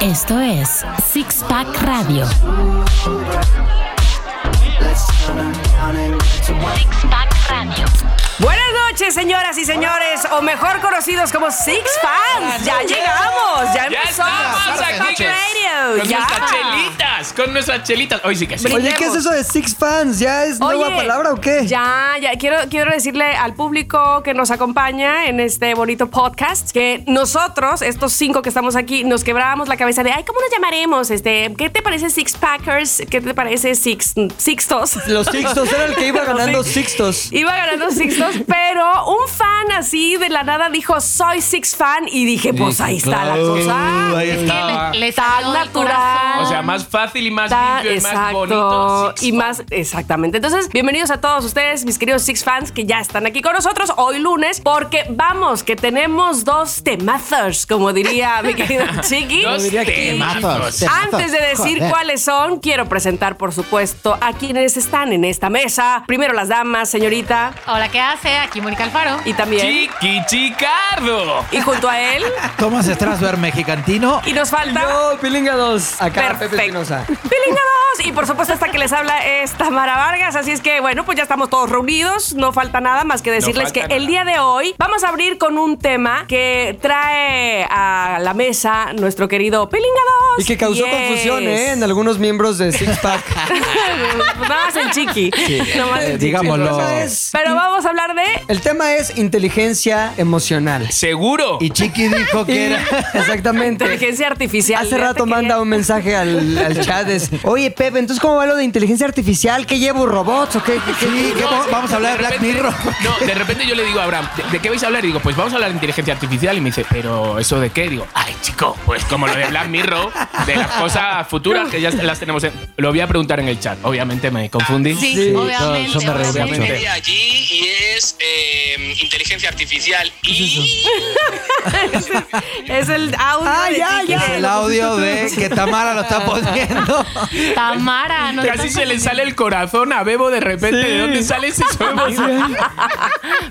Esto es Six Pack Radio. Six Pack Radio. Buenas noches, señoras y señores, o mejor conocidos como Six Fans. Ya llegamos, ya Ya empezó estamos Six Pack aquí Radio. con Ya. nuestras chelitas, con nuestras chelitas. Hoy sí que sí. Brin- Oye, ¿qué es eso de Six Fans? ¿Ya es nueva Oye, palabra o qué? Ya, ya. Quiero, quiero decirle al público que nos acompaña en este bonito podcast que nosotros, estos cinco que estamos aquí, nos quebrábamos la cabeza de, ay, ¿cómo nos llamaremos? Este, ¿Qué te parece Six Packers? ¿Qué te parece Six Sixtos? Los Sixtos, era el que iba No sé. ganando Sixtos. Iba ganando Sixtos, pero un fan así de la nada dijo, soy Six fan, y dije, pues ahí está la cosa. Ahí estaba. Le Tan salió el natural. corazón. O sea, más fácil y más Ta- limpio y más exacto. bonito. Six y Flags. más, exactamente. Entonces, bienvenidos a todos ustedes, mis queridos Six fans que ya están aquí con nosotros hoy lunes, porque vamos, que tenemos dos temazos, como diría mi querido Chiqui. Dos diría que temazos. temazos. Antes de decir Joder. cuáles son, quiero presentar, por supuesto, a quienes están en esta mesa. Primero las damas, señorita, Hola, ¿qué hace? Aquí Mónica Alfaro. y también. Chiqui Chicardo. Y junto a él. Thomas Strasberg, mexicantino. Y nos falta. Yo, Pilinga 2. Acá, Pepe Perfecto. Espinosa. Pilingados. Y por supuesto, esta que les habla es Tamara Vargas. Así es que, bueno, pues ya estamos todos reunidos. No falta nada más que decirles falta que el nada. día de hoy vamos a abrir con un tema que trae a la mesa nuestro querido Pilingados. Y que causó Yes. confusión, ¿eh? En algunos miembros de Six Pack. Nada más en chiqui. Nada más en eh, chiqui. digámoslo. Entonces, Pero vamos a hablar de. El tema es inteligencia emocional. Seguro. Y Chiqui dijo que era. Exactamente. Inteligencia artificial. Hace Ya rato te manda quería- un mensaje al, al chat. es, Oye, Pepe, entonces, ¿cómo va lo de inteligencia artificial? ¿Qué llevo? ¿Robots o qué? ¿Qué- qué- Sí, qué- ¿qué vamos- vamos a hablar de Black repente- Mirror. No, de repente yo le digo a Abraham, ¿de, de qué vais a hablar? Y digo, pues vamos a hablar de inteligencia artificial. Y me dice, ¿pero eso de qué? digo, ay, chico, pues como lo de Black Mirror, de las cosas futuras que ya las tenemos. en- Lo voy a preguntar en el chat. Obviamente me confundí. Sí, Sí, obviamente. yo me reí obviamente. mucho. de allí y es eh, inteligencia artificial y Es el audio. Ah, de ya, Chiqui ya. que El lo- audio de que Tamara lo está poniendo. Tamara, no Casi estás se le sale el corazón a Bebo de repente. ¿De dónde sale ese sonido?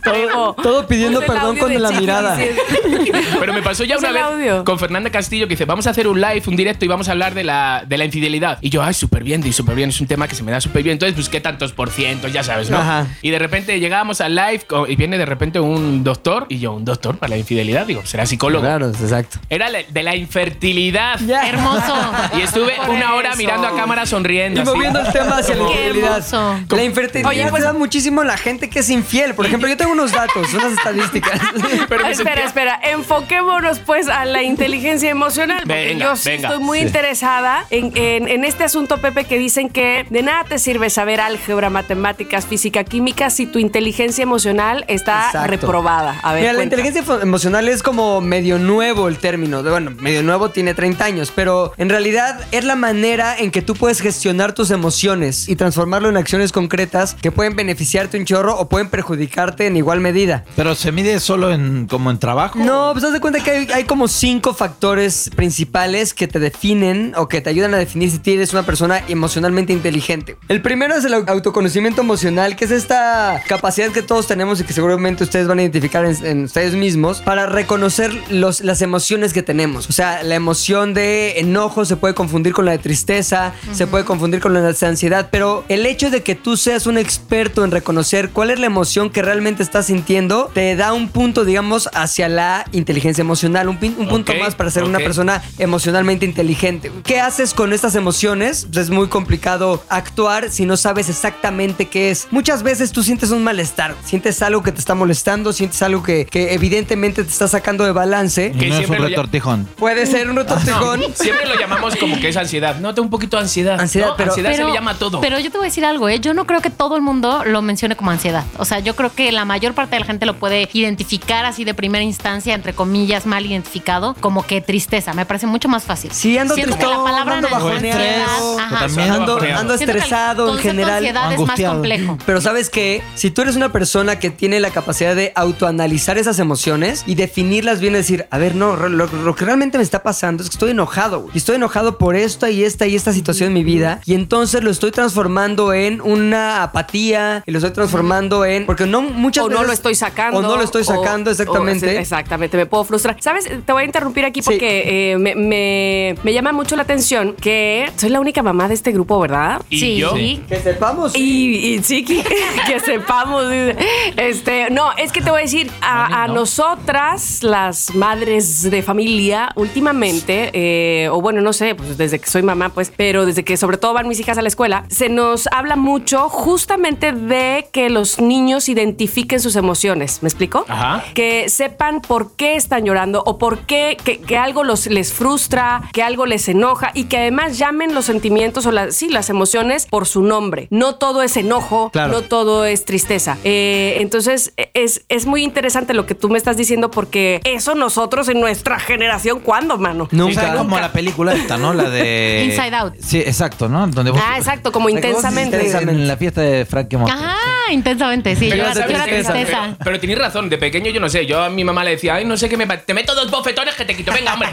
Bebo. Todo pidiendo Es el perdón audio con de la Chiqui mirada. diciendo- Pero me pasó ya Es una el vez audio. con Fernanda Castillo que dice, vamos a hacer un live, un directo y vamos a hablar de la, de la infidelidad. Y yo, ay, súper bien, y súper bien, es un tema que se me da súper bien. Entonces busqué tantos por cientos, ya sabes, ¿no? Ajá. Y de repente llegábamos al live co- y viene de repente un doctor y yo, ¿un doctor para la infidelidad? Digo, será psicólogo. Claro, exacto. Era la- de la infertilidad. Hermoso. Y estuve Por una hora eso. mirando a cámara sonriendo. Y así. moviendo el tema hacia la Qué infidelidad. hermoso. La infertilidad Oye, pues- se da muchísimo a la gente que es infiel. Por ejemplo, yo tengo unos datos, unas estadísticas. Pero me Ah, espera, sentía- espera. Enfoquémonos pues a la inteligencia emocional. Porque Venga, yo sí venga. estoy muy Sí. interesada en, en- en este asunto, Pepe, que dicen que de nada te sirve saber álgebra, matemáticas, física, química si tu inteligencia emocional está Exacto. reprobada. A ver, Mira, la cuenta. inteligencia fo- emocional es como medio nuevo el término. De- Bueno, medio nuevo tiene 30 años, pero en realidad es la manera en que tú puedes gestionar tus emociones y transformarlo en acciones concretas que pueden beneficiarte un chorro o pueden perjudicarte en igual medida. Pero se mide solo en como en trabajo. No, pues haz de cuenta que hay, hay como cinco factores principales que te definen o que te ayudan a definir si eres una persona emocionalmente inteligente. El primero es el au- autoconocimiento emocional, que es esta capacidad que todos tenemos y que seguramente ustedes van a identificar en, en ustedes mismos para reconocer los, las emociones que tenemos. O sea, la emoción de enojo se puede confundir con la de tristeza, se puede confundir con la de ansiedad, pero el hecho de que tú seas un experto en reconocer cuál es la emoción que realmente estás sintiendo te da un punto, digamos, hacia la inteligencia emocional, un, pin- un punto Ok, más para ser una ok. persona emocionalmente inteligente. ¿Qué haces con estas emociones? Pues es muy complicado actuar si no sabes exactamente qué es. Muchas veces tú sientes un malestar, sientes algo que te está molestando, sientes algo que, que evidentemente te está sacando de balance. que no es un siempre lo- retortijón. Puede ser un retortijón. Siempre lo llamamos como que es ansiedad. No, tengo un poquito de ansiedad. Ansiedad, ¿no? pero- ansiedad se le llama a todo. Pero yo te voy a decir algo, ¿eh? Yo no creo que todo el mundo lo mencione como ansiedad. O sea, yo creo que la mayor parte de la gente lo puede identificar así de primera instancia, entre comillas, mal identificado, como que tristeza. Me parece mucho más fácil. Sí, ando Siento que la tristón, palabra ando bajoneado. ansiedad. También Ando, ando Siento que el estresado en concepto de general. ansiedad es más angustiado. complejo. Pero sabes que si tú eres una persona que tiene la capacidad de autoanalizar esas emociones y definirlas bien, decir, a ver, no, lo, lo que realmente me está pasando es que estoy enojado, güey. Y estoy enojado por esta y esta y esta situación en mi vida. Y entonces lo estoy transformando en una apatía y lo estoy transformando en... Porque no muchas o no veces- lo estoy sacando. O no lo estoy sacando, o- exactamente. o- exactamente, me puedo frustrar. ¿Sabes? Te voy a interrumpir aquí Sí. porque eh, me, me- me llama mucho la atención que soy la única mamá de este grupo, ¿verdad? ¿Y sí, yo? Que sepamos. Y, y sí, que, que sepamos. dice. Este, no, es que te voy a decir, a, a nosotras, las madres de familia, últimamente, eh, o bueno, no sé, pues desde que soy mamá, pues, pero desde que sobre todo van mis hijas a la escuela, se nos habla mucho justamente de que los niños identifiquen sus emociones. ¿Me explico? Ajá. Que sepan por qué están llorando o por qué que, que algo los, les frustra, que algo les enoja y que además llamen los sentimientos o las, sí, las emociones por su nombre. No todo es enojo, Claro. no todo es tristeza. Eh, entonces es, es muy interesante lo que tú me estás diciendo porque eso nosotros en nuestra generación, ¿cuándo, mano? O sea, Nunca. como la película esta, ¿no? La de... Inside Out. Sí, exacto, ¿no? Donde vos- Ah, exacto, como Recuerdo intensamente. existencia. En la fiesta de Frankie Montes. Ajá, intensamente, sí. Yo Pero, era, yo ¿sabes era qué? tristeza. Pero- pero tenéis razón, de pequeño yo no sé. Yo a mi mamá le decía, ay, no sé qué me pa- Te meto dos bofetones que te quito, venga, hombre.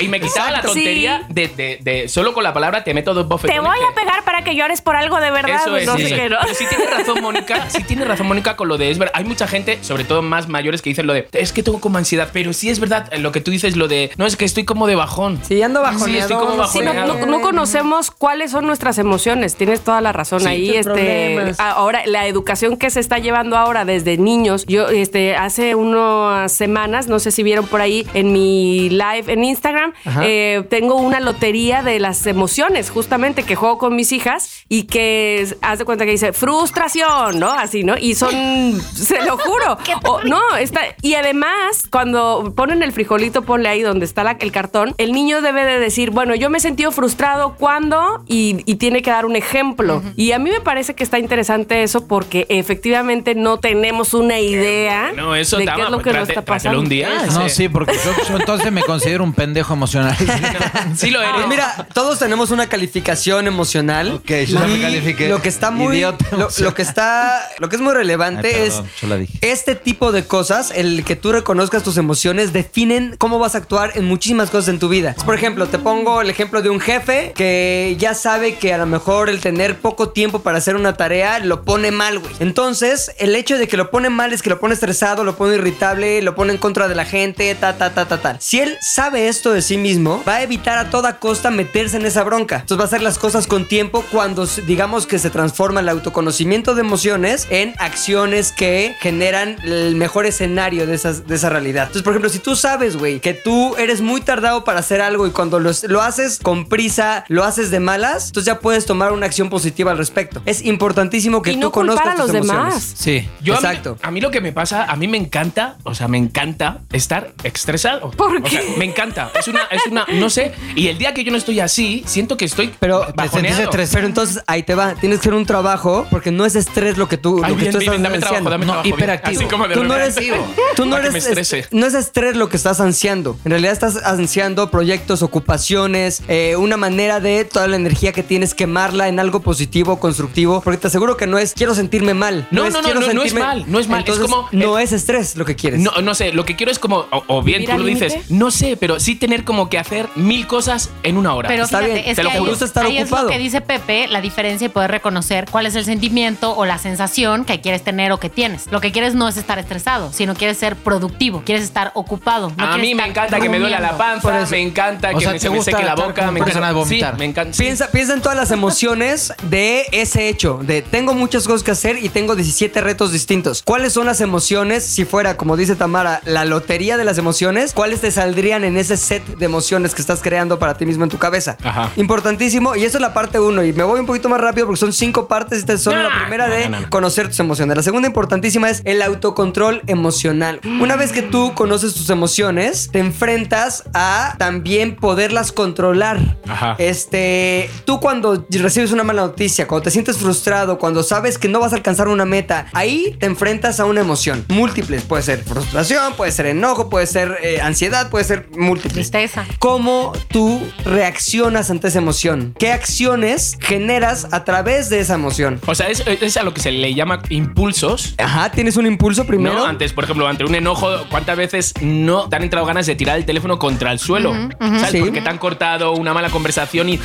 Y me quitaba la Exacto. tontería Sí. de, de- de- solo con la palabra te meto dos bofetones. Te voy que- a pegar para que llores por algo de verdad. Eso es, no sí, sé sí. qué, ¿no? Pero sí tiene razón Mónica, sí tiene razón Mónica con lo de es verdad. Hay mucha gente, sobre todo más mayores, que dicen lo de es que tengo como ansiedad, pero sí es verdad eh, lo que tú dices, lo de no es que estoy como de bajón. Sí, ando bajoneado. Sí, estoy como Sí, no, no- bajoneado. no conocemos cuáles son nuestras emociones. Tienes toda la razón Sí. ahí. Muchos Este, problemas. ahora la educación que se está llevando ahora desde niños. Yo, este, hace unas semanas, no sé si vieron por ahí en mi live en Instagram, Ajá. eh, tengo una lotería de las emociones, justamente que juego con mis hijas y que es- haz de cuenta que dice frustración, ¿no? Así, ¿no? Y son, se lo juro. O- no, está y además cuando ponen el frijolito, ponle ahí donde está la- el cartón, el niño debe de decir, bueno, yo me he sentido frustrado cuando y, y tiene que dar un ejemplo. Y a mí me parece que está interesante eso porque efectivamente no tenemos una idea No, eso de qué Tama, es lo pues, que nos trate- está trátelo pasando. un día. Ah, No, ese- sí, porque yo, yo entonces me considero un pendejo emocional. Sí lo Ah, eres. Pues mira, todos tenemos una calificación emocional. Ok, yo ya me califiqué. Lo que está muy. Idiota Lo, emocional. lo que está. Lo que es muy relevante Ay, perdón, es. yo la dije. Este tipo de cosas, el que tú reconozcas tus emociones, definen cómo vas a actuar en muchísimas cosas en tu vida. Por ejemplo, te pongo el ejemplo de un jefe que ya sabe que a lo mejor el tener poco tiempo para hacer una tarea lo pone mal, güey. Entonces, el hecho de que lo pone mal es que lo pone estresado, lo pone irritable, lo pone en contra de la gente, ta, ta, ta, ta, ta. Si él sabe esto de sí mismo, va a evitar a toda costa meterse en esa bronca. Entonces va a hacer las cosas con tiempo cuando s- digamos que se transforma el autoconocimiento de emociones en acciones que generan el mejor escenario de, esas, de esa realidad. Entonces, por ejemplo, si tú sabes, güey, que tú eres muy tardado para hacer algo y cuando los- lo haces con prisa, lo haces de malas, entonces ya puedes tomar una acción positiva al respecto. Es importantísimo que Y tú no culpar conozcas a tus los emociones. demás. Sí. Yo a mí- Exacto. A mí, lo que me pasa, a mí me encanta, o sea, me encanta estar estresado. ¿Por O sea, qué? me encanta. Es una, es una, no sé. Y el día que yo no estoy así, siento que estoy Pero ba- te sentís bajoneado. estresado. Pero entonces ahí te va, tienes que hacer un trabajo porque no es estrés lo que tú, Ay, lo que bien, tú bien, estás dame trabajo, ansiando. dame No, trabajo. bien. hiperactivo. Así como de Tú no eres, repente. tú no Para que eres, me estrese. es- no es estrés lo que estás ansiando. En realidad estás ansiando proyectos, ocupaciones, eh, una manera de toda la energía que tienes quemarla en algo positivo, constructivo. Porque te aseguro que no es quiero sentirme mal. No, es, no, no, quiero no, no es sentirme- mal, no es mal, es Entonces, como- no es estrés lo que quieres. No, no sé, lo que quiero es como, o, o bien ¿Vivir tú al lo dices, límite? no sé, pero sí tener como que hacer mil cosas en una hora. Pero Está fíjate, bien, es te que lo ahí, juro. es- Estar ahí es lo ocupado. que dice Pepe, la diferencia y poder reconocer cuál es el sentimiento o la sensación que quieres tener o que tienes. Lo que quieres no es estar estresado, sino quieres ser productivo, quieres estar ocupado. no a quieres mí me estar encanta que me duela la rumiando. panza, me encanta O que sea, me, ¿te se me gusta seque la estar boca, como me encanta. persona de vomitar? Sí, me encanta. sí. Piensa, piensa en todas las emociones de ese hecho, de tengo muchas cosas que hacer y tengo 17 retos distintos. ¿Cuáles son las emociones? Si fuera, como dice Tamara, la lotería de las emociones, ¿cuáles te saldrían en ese set de emociones que estás creando para ti mismo en tu cabeza? Ajá. Importantísimo, y eso es la parte 1, y me voy un poquito más rápido porque son cinco partes, esta es solo la primera no, de no, no, no. conocer tus emociones. La segunda importantísima es el autocontrol emocional. Una vez que tú conoces tus emociones, te enfrentas a también poderlas controlar. Eh, Ajá. Este, tú cuando recibes una mala noticia, cuando te sientes frustrado, cuando sabes que no vas a alcanzar una meta. Ahí te enfrentas a una emoción. Múltiples. Puede ser frustración, puede ser enojo, puede ser eh, ansiedad, puede ser múltiples. Tristeza. ¿Cómo tú reaccionas ante esa emoción? ¿Qué acciones generas a través de esa emoción? O sea, es, es a lo que se le llama impulsos. Ajá, tienes un impulso primero. ¿no? Antes, por ejemplo, ante un enojo, ¿cuántas veces no te han entrado ganas de tirar el teléfono contra el suelo? ¿Sabes? Sí. Porque te han cortado una mala conversación y.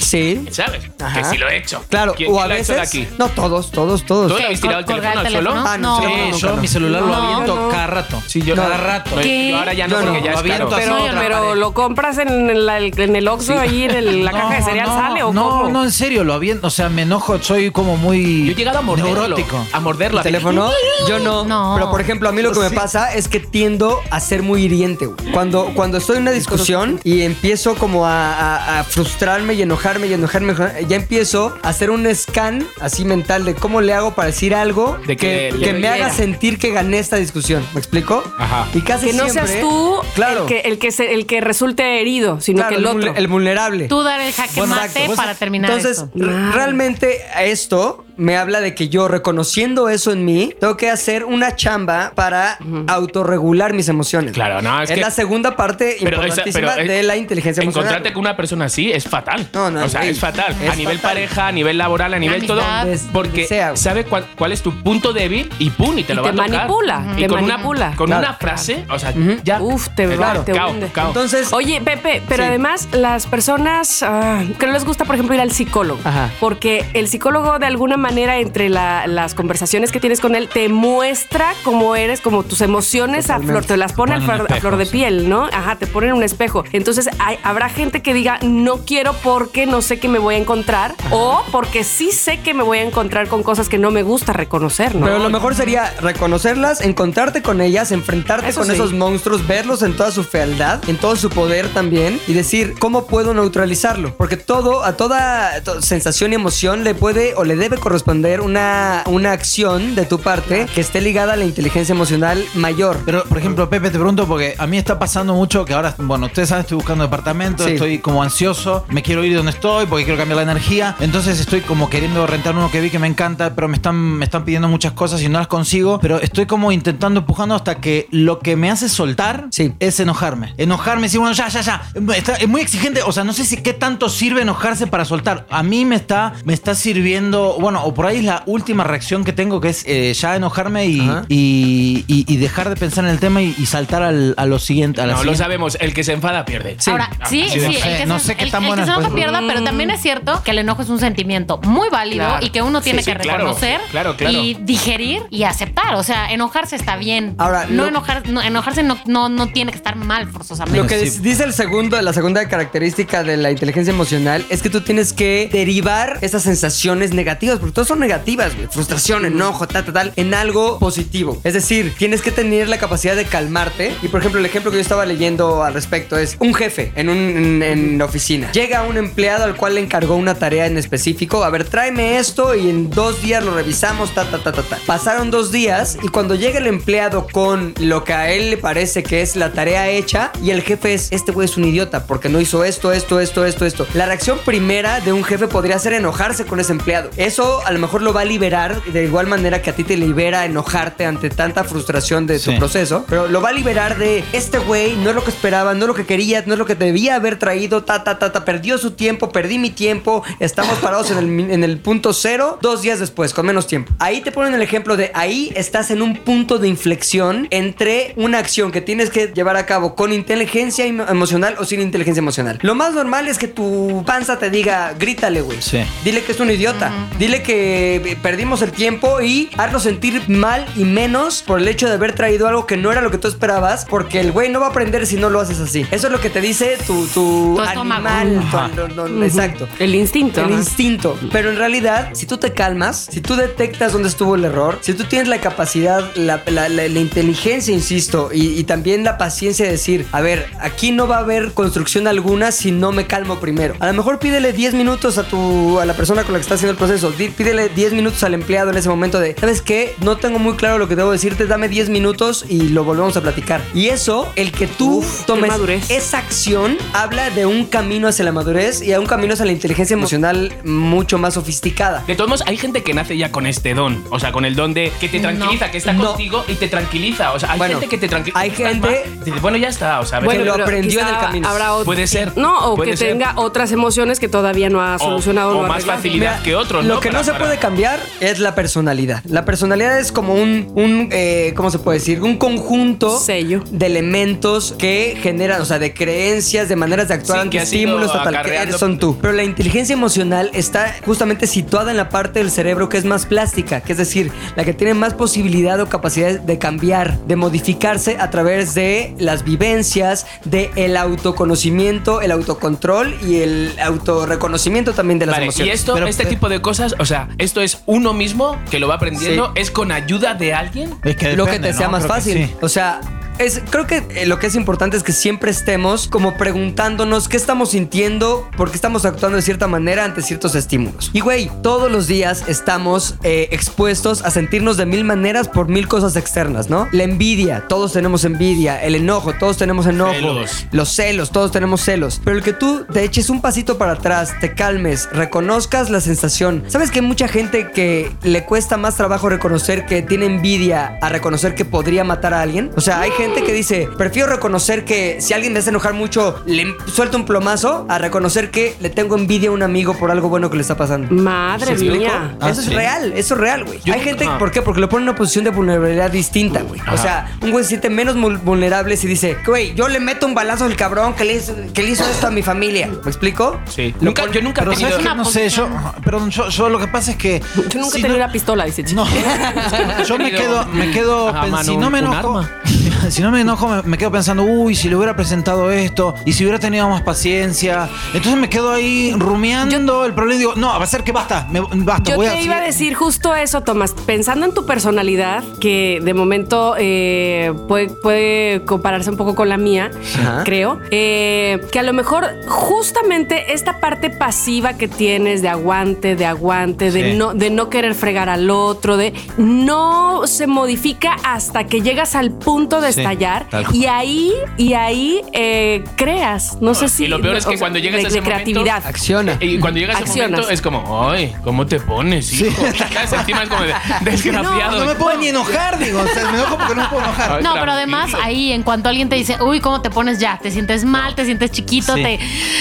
Sí. ¿Sabes? Ajá. Que sí lo he hecho. Claro, ¿Quién, o quién a lo ha hecho de veces. aquí? No, todos, todos, todos. ¿Tú le habéis tirado el ¿Colgar teléfono al suelo? Ah, no, no, sí, no, yo no. mi celular lo No. aviento cada rato. Sí, yo- cada no. rato. No, ¿Qué? Yo ahora ya no, Yo no, porque ya lo es aviento caro. así. Pero, otra pero pared. lo compras en, la- en el Oxxo, ahí en la caja de cereal no, sale o no, cómo? no, en serio, lo aviento. O sea, me enojo, soy como muy. Yo he llegado a morderlo. Neurótico. A morderlo. ¿El teléfono? Yo no. No. Pero por ejemplo, a mí lo que me pasa es que tiendo a ser muy hiriente, güey. Cuando, cuando estoy en una discusión y empiezo como a, a- a frustrarme y enojarme y enojarme, enojarme, ya empiezo a hacer un scan así mental de cómo le hago para decir algo De que le que me doliera. haga sentir que gané esta discusión. ¿Me explico? Ajá. Y casi que no siempre- ¿eh? seas tú claro, el, que, el, que se- el que resulte herido, sino claro, que el el, otro. vulne- el vulnerable. Tú dar el jaque Bueno, mate exacto. para terminar Entonces, esto. re- realmente esto me habla de que yo, reconociendo eso en mí, tengo que hacer una chamba para autorregular mis emociones. Claro, no, es Es que- la segunda parte Pero esa- importantísima pero, eh, de la inteligencia emocional. Encontrarte con una persona así es fatal. No, no, o sea, güey. es fatal. a Es nivel fatal. pareja, a nivel laboral, a nivel todo. Amistad. Des- Porque desea, güey. sabe cuál, cuál es tu punto débil y pum, y te Y lo te va a tocar. manipula, Y te con manipula. una, con Claro. una frase, o sea, ya. Uf, te va, Claro, te cao, hunde. cao. Entonces, Oye, Pepe, pero Sí. además las personas ah, que no les gusta, por ejemplo, ir al psicólogo. Ajá. Porque el psicólogo, de alguna manera, entre la- las conversaciones que tienes con él, te muestra cómo eres, como tus emociones a flor, te las pone a Te ponen flor, a flor de espejos. piel, ¿no? Ajá, te ponen un espejo. Entonces, hay- habrá gente que diga, no quiero porque no sé qué me voy a encontrar, o porque sí sé que me voy a encontrar con cosas que no me gusta reconocer, ¿no? pero lo mejor sería reconocerlas, encontrarte con ellas, enfrentarte Eso con sí. esos monstruos, verlos en toda su fealdad, en todo su poder también y decir cómo puedo neutralizarlo, porque todo a toda to- sensación y emoción le puede o le debe corresponder una una acción de tu parte que esté ligada a la inteligencia emocional mayor. Pero, por ejemplo, Pepe, te pregunto porque a mí está pasando mucho que ahora, bueno, ustedes saben, estoy buscando departamento, Sí. estoy como ansioso, me quiero ir de donde estoy porque quiero cambiar la energía. Entonces estoy como queriendo rentar uno que vi que me encanta, pero me están, me están pidiendo muchas cosas y no las consigo. Pero estoy como intentando empujando hasta que lo que me hace soltar Sí. es enojarme. Enojarme, decir, bueno, ya, ya, ya. Está- es muy exigente. O sea, no sé si qué tanto sirve enojarse para soltar. A mí me está, me está sirviendo, bueno, o por ahí es la última reacción que tengo, que es eh, ya enojarme y, Ajá. y, y- y dejar de pensar en el tema y, y saltar al- a lo siguiente. A la No, lo siguiente. sabemos. El que se enfada pierde. Ahora, sí, sí, sí, el que sí. No se- sé qué el- tan el que buena se enoja respuesta. pierda, pero también es cierto que el enojo es un sentimiento muy válido Claro. y que uno tiene Sí, que sí, claro. reconocer Claro, claro. y digerir y aceptar. O sea, enojarse está bien. Ahora, no, lo- enojar, no- enojarse no, no, no tiene que estar mal forzosamente. Lo que Sí. des- dice el segundo, la segunda característica de la inteligencia emocional es que tú tienes que derivar esas sensaciones negativas, porque todas son negativas, güey. Frustración, enojo, tal, tal, tal, en algo positivo. Es decir, tienes que tener la capacidad de calmarte. Y por ejemplo, el ejemplo que yo estaba leyendo al respecto es un jefe en un en, en oficina. Llega un empleado al cual le encargó una tarea en específico. A ver, tráeme esto y en dos días lo revisamos, ta, ta, ta, ta, ta. Pasaron dos días y cuando llega el empleado con lo que a él le parece que es la tarea hecha y el jefe es, este güey es un idiota porque no hizo esto, esto, esto, esto, esto. La reacción primera de un jefe podría ser enojarse con ese empleado. Eso a lo mejor lo va a liberar de igual manera que a ti te libera enojarte ante tanta frustración de tu Sí. proceso, pero lo va a liberar de este güey, no es lo que esperaba, no es lo que quería, no es lo que debía haber traído, ta, ta, ta, ta, perdió su tiempo, perdí mi tiempo, estamos parados en el, min- en el punto cero, dos días después, con menos tiempo. Ahí te ponen el ejemplo de ahí estás en un punto de inflexión entre una acción que tienes que llevar a cabo con inteligencia emo- emocional o sin inteligencia emocional. Lo más normal es que tu panza te diga, grítale, güey. Sí. Dile que es un idiota. Dile que eh, perdimos el tiempo y hazlo sentir mal y menos por el hecho de haber traído algo que no era lo que tú esperabas, porque el güey no va a aprender si no lo haces así. Eso es lo que te dice tu, tu Tu estómago. animal. tu- no, no, Exacto. El instinto. El ajá. instinto. Pero en realidad, si tú te calmas, si tú detectas dónde estuvo el error, si tú tienes la capacidad, la, la- la- la inteligencia, insisto, y, y también la paciencia de decir, a ver, aquí no va a haber construcción alguna si no me calmo primero. A lo mejor pídele 10 minutos a tu a la persona con la que estás haciendo el proceso. Di- pídele 10 minutos al empleado en ese momento de, ¿sabes qué? No tengo muy claro lo que debo decirte, dame 10 minutos y lo volvemos a platicar. Y eso, el que tú Uf, qué tomes madurez. esa acción, habla de un camino hacia la madurez y a un camino hacia la inteligencia emocional mucho más sofisticada. De todos modos, hay gente que nace ya con este don. O sea, con el don de que te tranquiliza, que está No. contigo y te tranquiliza. O sea, hay Bueno, gente que te tranquiliza. hay Estás gente- mal, y dices, bueno, ya está. O sea, a ver, Bueno, lo pero aprendió en quizá el camino. habrá ot- Puede ser. No, o Puede que ser. tenga otras emociones que todavía no ha o- solucionado. o, no ha más arreglado. facilidad que otros. Lo que Para- no se para- puede cambiar es la personalidad. La personalidad es como un, un eh, ¿cómo se puede decir? Un conjunto Sello. de elementos que generan, o sea, de creencias, de maneras de actuar Sí, ante que has ido estímulos, tal, tal, que acarreando. eres- son tú. Pero la inteligencia emocional está justamente situada en la parte del cerebro que es más plástica, que es decir, la que tiene más posibilidad o capacidad de cambiar, de modificarse a través de las vivencias, de el autoconocimiento, el autocontrol y el autorreconocimiento también de las Vale, y emociones. esto, Pero- eh, este tipo de cosas, o sea, esto es uno mismo que lo va aprendiendo, Sí. es con ayuda de alguien. Es que lo que depende, te ¿no? sea más Creo que fácil. sí. O sea, es, creo que eh, lo que es importante es que siempre estemos como preguntándonos qué estamos sintiendo, por qué estamos actuando de cierta manera ante ciertos estímulos. Y güey, todos los días estamos eh, expuestos a sentirnos de mil maneras por mil cosas externas, ¿no? La envidia, todos tenemos envidia, el enojo, todos tenemos enojo, Celos. los celos, todos tenemos celos. Pero el que tú te eches un pasito para atrás, te calmes, reconozcas la sensación. ¿Sabes que hay mucha gente que le cuesta más trabajo reconocer que tiene envidia a reconocer que podría matar a alguien? O sea, hay gente que dice, prefiero reconocer que si alguien me hace enojar mucho, le suelto un plomazo a reconocer que le tengo envidia a un amigo por algo bueno que le está pasando. Madre ¿Se explicó? mía. Ah, eso sí. es real, eso es real, güey. Yo- Hay gente, ah. ¿por qué? Porque lo pone en una posición de vulnerabilidad distinta, güey. O Ajá. sea, un güey se siente menos mul- vulnerable si dice, güey, yo le meto un balazo al cabrón que le hizo, que le hizo esto a mi familia. ¿Me explico? Sí. Nunca, yo nunca he Pero tenido. sabes que no sé, yo, perdón, yo, yo lo que pasa es que Yo nunca si tenía no- una pistola, dice Chico. No, yo me quedo, mm, me quedo Ajá, pen- mano, si no me un enojo, arma. si no me enojo, me, me quedo pensando, uy, si le hubiera presentado esto, y si hubiera tenido más paciencia, entonces me quedo ahí rumiando el problema y digo, no, va a ser que basta, me, basta, Yo voy te iba a seguir". decir justo eso, Tomás. Pensando en tu personalidad, que de momento eh, puede, puede compararse un poco con la mía, Ajá. creo, eh, que a lo mejor justamente esta parte pasiva que tienes de aguante, de aguante, de, Sí. no, de no querer fregar al otro, de no se modifica hasta que llegas al punto de Sí, estallar tal y ahí, y ahí eh, creas. No sé si... Y lo peor es o que sea, cuando llegas de- a ese de momento- creatividad. Acciona. Y cuando llega ese Accionas. momento es como, ay, ¿cómo te pones, hijo? ¿Sabes? Encima es como de- desgraciado. No me puedo ni enojar, digo, o sea, me enojo porque no me puedo enojar. Ay, No, pero además tranquilo. ahí en cuanto alguien te dice, uy, ¿cómo te pones ya? Te sientes mal, te sientes chiquito, Sí. te...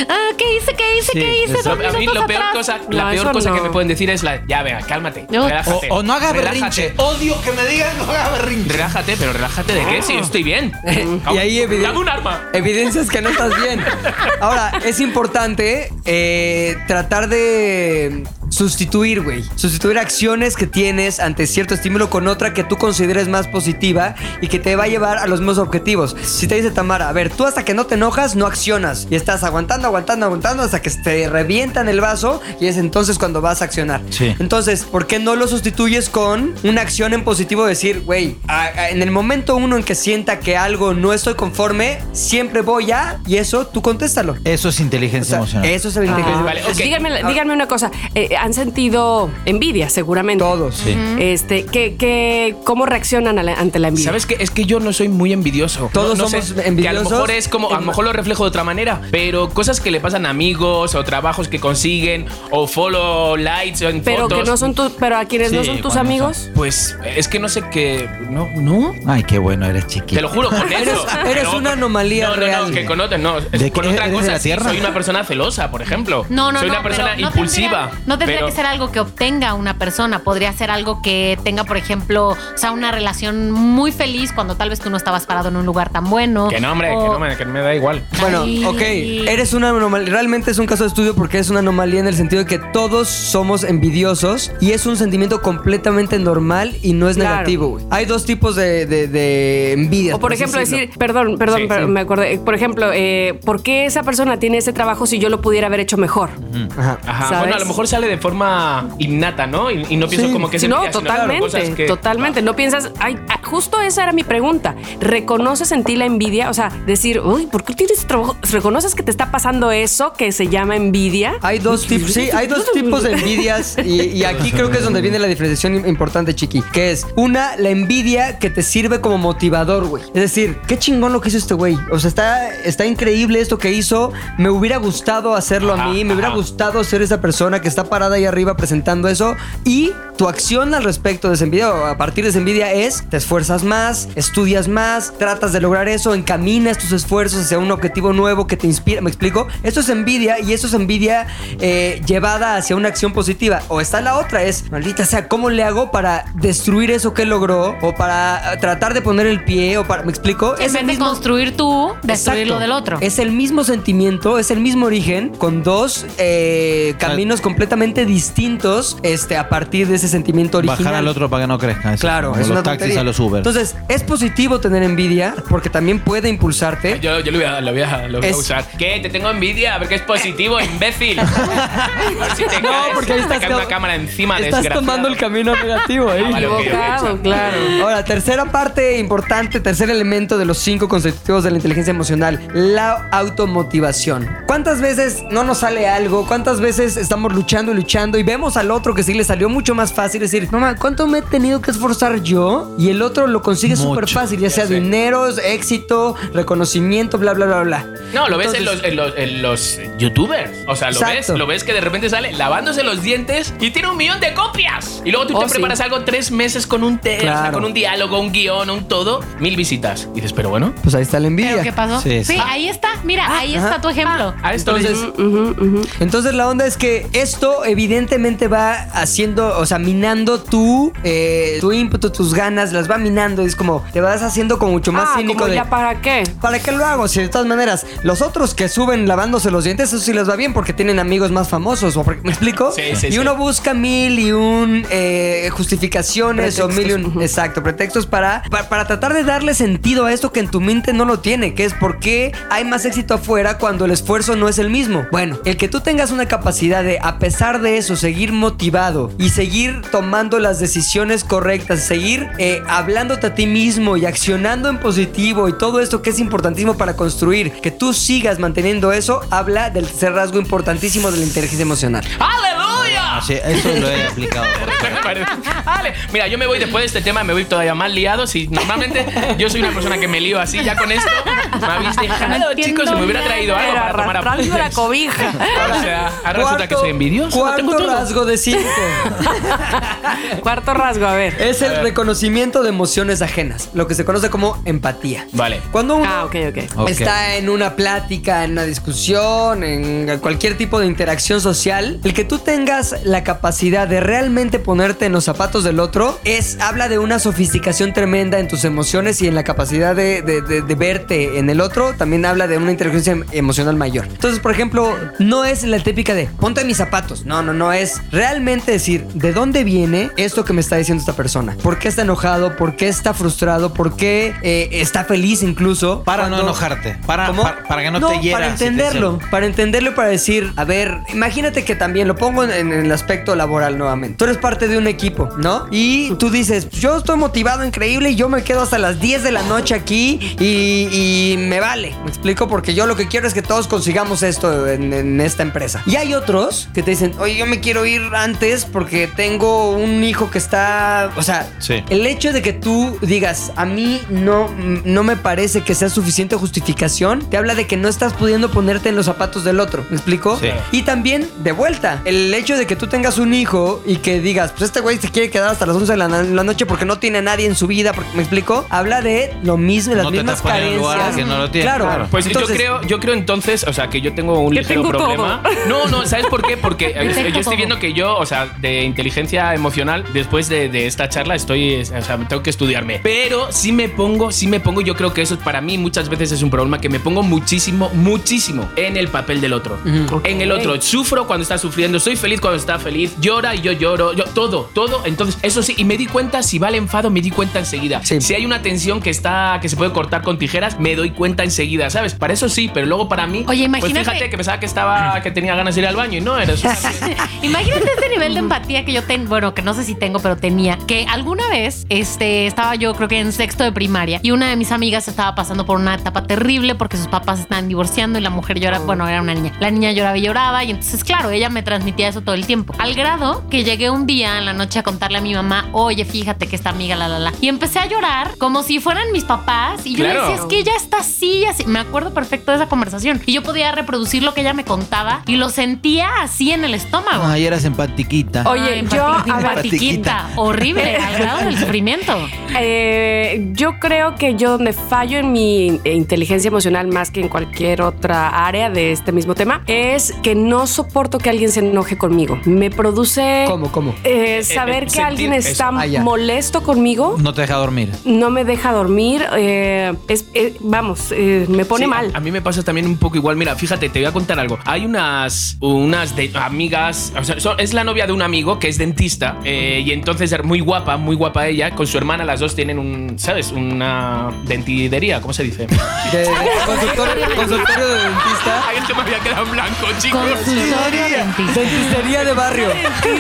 Ah, ¿Qué hice? ¿Qué hice? Sí, ¿Qué hice? exacto. Dos Lo- a mí minutos la peor atrás. cosa, la No, peor eso cosa que no. me pueden decir es la, ya vea, cálmate, No. O, relájate. o no hagas relájate, berrinche, odio que me digan no hagas berrinche. Relájate, pero relájate de qué, Ah. si yo estoy bien. Y ahí eviden- Dame un arma. Evidencias que no estás bien. Ahora, es importante eh, tratar de sustituir, güey. Sustituir acciones que tienes ante cierto estímulo con otra que tú consideres más positiva y que te va a llevar a los mismos objetivos. Si te dice Tamara, a ver, tú hasta que no te enojas, no accionas. Y estás aguantando, aguantando, aguantando hasta que te revientan el vaso y es entonces cuando vas a accionar. Sí. Entonces, ¿por qué no lo sustituyes con una acción en positivo? Decir, güey, a- a- en el momento uno en que sienta que algo no estoy conforme, siempre voy a, y eso tú contéstalo. Eso es O inteligencia sea, emocional. eso es el Ah, inteligencia. Vale, ok. díganme, díganme una cosa, eh, han sentido envidia seguramente. Todos. Sí. Este, ¿qué, qué, ¿Cómo reaccionan a la- ante la envidia? ¿Sabes qué? Es que yo no soy muy envidioso. Todos No- no somos sé, Que a lo envidiosos. mejor es como, a lo mejor lo reflejo de otra manera, pero cosas que le pasan a amigos o trabajos que consiguen o follow likes o en Pero que fotos. no son tus, pero a quienes no Sí, son tus cuando amigos. Pues es que no sé qué. No, no. Ay, qué bueno eres chiquito. Te lo juro, con eso. Eres- eres Pero- una anomalía no, no, No, real. que con otra, no. ¿De con qué? otra ¿Eres de cosa, la sí, Tierra? soy una persona celosa, por ejemplo. No, no, Soy no, una persona pero no impulsiva. Tendría, no tendría pero- que ser algo que obtenga una persona. Podría ser algo que tenga, por ejemplo, o sea, una relación muy feliz cuando tal vez tú no estabas parado en un lugar tan bueno. Que no, hombre, o- que no, me- que me da igual. Bueno, Ay. ok, eres una anomalía. Realmente es un caso de estudio porque es una anomalía en el sentido de que todos somos envidiosos y es un sentimiento completamente normal y no es Claro. negativo. güey. Hay dos tipos de, de, de envidia. O por ejemplo decir, perdón, perdón, Sí, pero sí. me acordé. Por ejemplo, eh, ¿por qué esa persona tiene ese trabajo si yo lo pudiera haber hecho mejor? Ajá. Ajá. ¿Sabes? Bueno, a lo mejor sale de forma innata, ¿no? Y, y no pienso Sí. como que Sí, es no, envidia, sino, claro, totalmente, cosas que- totalmente. No piensas, ay, ah, justo esa era mi pregunta. ¿Reconoces en ti la envidia? O sea, decir, uy, ¿por qué tienes trabajo? ¿Reconoces que te está pasando eso que se llama envidia? Hay dos tipos, sí, hay dos tipos de envidias y, y aquí creo que es donde viene la diferenciación im- importante, Chiqui, que es una, la envidia que te sirve como motivador, güey. Es decir, qué chingón lo que hizo este güey. O sea, está, está increíble esto que hizo. Me hubiera gustado hacerlo a mí, me hubiera gustado ser esa persona que está parada ahí arriba presentando eso. Y tu acción al respecto de esa envidia o a partir de esa envidia es, te esfuerzas más, estudias más, tratas de lograr eso, encaminas tus esfuerzos hacia un objetivo nuevo que te inspira. ¿Me explico? Esto es envidia y eso es envidia eh, llevada hacia una acción positiva. O está la otra, es, maldita sea, ¿cómo le hago para destruir eso que logró? O para eh, tratar de poner el pie, o para, ¿me explico? En Es el vez de mismo- construir tú, destruir Exacto. lo del otro. Es el mismo sentimiento, es el mismo origen, con dos eh, caminos completamente distintos este, a partir de ese sentimiento original. Bajar al otro para que no crezca. eso. Claro, Como es los una taxis tontería. a los Uber. Entonces, es positivo tener envidia porque también puede impulsarte. Yo, yo lo voy a, lo voy a, lo voy a Es- usar. ¿Qué? ¿Te tengo envidia? A ver que es positivo, imbécil. Por si te caes, te cae una cámara encima, Estás desgraciado. tomando el camino negativo ahí. Ah, vale, ok, ok, Equivocado, claro. Ahora, tercera parte importante, tercer elemento de los cinco constitutivos de la inteligencia emocional, la automotivación. ¿Cuántas veces no nos sale algo? ¿Cuántas veces estamos luchando y luchando y vemos al otro que sí le salió mucho más fácil decir, mamá, ¿cuánto me he tenido que esforzar yo? Y el otro lo consigue Mucho. súper fácil, ya sea dinero, éxito, reconocimiento, bla, bla, bla, bla. No, lo ves en Entonces- los, en, los, en los youtubers. O sea, lo ves, Exacto. lo ves que de repente sale lavándose los dientes y tiene un millón de copias. Y luego tú Oh, te sí. preparas algo tres meses con un texto, Claro. con un diálogo, un guión, un todo, mil visitas. Y dices, pero bueno. Pues ahí está la envidia. ¿Pero qué pasó? Sí, Sí, sí. ahí está. Mira, ahí está tu ejemplo. A esto Ah, Entonces, le- Entonces la onda es que esto evidentemente va haciendo, o sea, minando tu, eh, tu ímpetu, tus ganas, las va minando. Es como, te vas haciendo como mucho más ah, cínico como de... ya para qué. ¿Para qué lo hago? Si de todas maneras, los otros que suben lavándose los dientes, eso sí les va bien porque tienen amigos más famosos. ¿o por- ¿Me explico? Sí, sí, y sí. uno busca mil y un eh, justificaciones o mil y un. Exacto, pretextos para, para, para tratar de darle sentido a esto que en tu mente no lo tiene, que es por qué hay más éxito afuera cuando el esfuerzo no es el mismo. Bueno, el que tú tengas una capacidad de, a pesar de eso, seguir motivado y seguir tomando las decisiones correctas, seguir eh, hablándote a ti mismo y accionando en positivo y todo esto que es importantísimo para construir, que tú sigas manteniendo eso, habla del tercer rasgo importantísimo de la inteligencia emocional. ¡Aleluya! Ah, sí, eso lo he aplicado. por favor. Vale, mira, yo me voy después de este tema, me voy todavía más liado. Si normalmente yo soy una persona que me lío así, ya con esto me habéis No dejado, entiendo chicos, si me hubiera nada. traído algo Pero para tomar arrastrando la apuntes. cobija. O sea, ahora resulta que Cuarto- soy envidioso. lo tengo Cuarto todo. rasgo de cinco. Cuarto rasgo, a ver. Es el reconocimiento de emociones ajenas, lo que se conoce como empatía. Vale. Cuando uno Ah, ok, ok. Ok. está en una plática, en una discusión, en cualquier tipo de interacción social, el que tú tengas la capacidad de realmente ponerte en los zapatos del otro, es habla de una sofisticación tremenda en tus emociones y en la capacidad de, de- de- de verte en el otro, también habla de una inteligencia em- emocional mayor. Entonces, por ejemplo, no es la típica de ponte en mis zapatos, no, no, no, es realmente decir de dónde viene esto que me está diciendo esta persona, por qué está enojado, por qué está frustrado, por qué eh, está feliz incluso. Para no Cuando- enojarte, para- ¿Cómo? para- para que no te hiera, Para si te entenderlo, celo. para entenderlo y para decir, a ver, imagínate que también lo pongo en, en el aspecto laboral nuevamente. Tú eres parte de un equipo, ¿no? Y tú dices, yo estoy motivado, increíble, y yo me quedo hasta las 10 de la noche aquí y, y me vale. Me explico porque yo lo que quiero es que todos consigamos esto en, en esta empresa. Y hay otros que te dicen, oye, yo me quiero ir antes porque tengo un hijo que está, o sea, Sí. el hecho de que tú digas, a mí no, no me parece que sea suficiente justificación, te habla de que no estás pudiendo ponerte en los zapatos del otro. ¿Me explico? Sí. Y también, de vuelta, el hecho de que tú tengas un hijo y que digas, pues este güey se quiere quedar hasta las 11 de la, na- la noche porque no tiene a nadie en su vida, porque, ¿me explico? Habla de lo mismo, las No te mismas tapas en el carencias. lugar que no lo tiene, Claro. claro. Pues yo Entonces, creo, yo creo entonces, o sea, que yo tengo un Que ligero tengo problema. No, no, ¿sabes por qué? Porque eh, tengo yo todo. estoy viendo que yo, o sea, de inteligencia emocional, después de, de esta charla estoy, o sea, tengo que estudiarme. Pero sí me pongo, sí me pongo, yo creo que eso para mí muchas veces es un problema que me pongo muchísimo, muchísimo en el papel del otro. En el otro, sufro cuando está sufriendo, soy feliz cuando está está feliz, llora y yo lloro, yo, todo, todo. Entonces, eso sí, y me di cuenta, si va el enfado, me di cuenta enseguida. Sí. Si hay una tensión que está, que se puede cortar con tijeras, me doy cuenta enseguida, ¿sabes? Para eso sí, pero luego para mí, Oye, pues imagínate- fíjate que pensaba que estaba, que tenía ganas de ir al baño y no, era eso. Imagínate este nivel de empatía que yo tengo, bueno, que no sé si tengo, pero tenía, que alguna vez este, estaba yo creo que en sexto de primaria y una de mis amigas estaba pasando por una etapa terrible porque sus papás estaban divorciando y la mujer lloraba, bueno, era una niña, la niña lloraba y lloraba y entonces, claro, ella me transmitía eso todo el tiempo. Al grado que llegué un día en la noche a contarle a mi mamá, oye, fíjate que esta amiga, la, la, la, y empecé a llorar como si fueran mis papás y yo le Claro. decía, es que ella está así, y así. Me acuerdo perfecto de esa conversación y yo podía reproducir lo que ella me contaba y lo sentía así en el Ah, estómago. Ay, eras empatiquita. Oye, yo, a ver- patiquita, horrible, al grado del sufrimiento. Eh, yo creo que yo donde fallo en mi eh, inteligencia emocional más que en cualquier otra área de este mismo tema es que no soporto que alguien se enoje conmigo. Me produce ¿Cómo, cómo? eh, saber eh, que sentir alguien eso. está Ah, ya. molesto conmigo. No te deja dormir. No me deja dormir, eh, es, eh, vamos, eh, me pone Sí, ah, a- mal. A, mí me pasa también un poco igual. Mira, fíjate, te voy a contar algo. Hay unas, unas de, amigas, o sea, son- es la novia de un amigo que es dentista eh, y entonces es muy guapa, muy guapa ella. Con su hermana las dos tienen un, ¿sabes? Una dentidería, ¿cómo se dice? De, de- consultorio, consultorio de dentista. Ay, esto me había quedado en blanco, chicos. Consultorio dentista. Dentistería de barrio.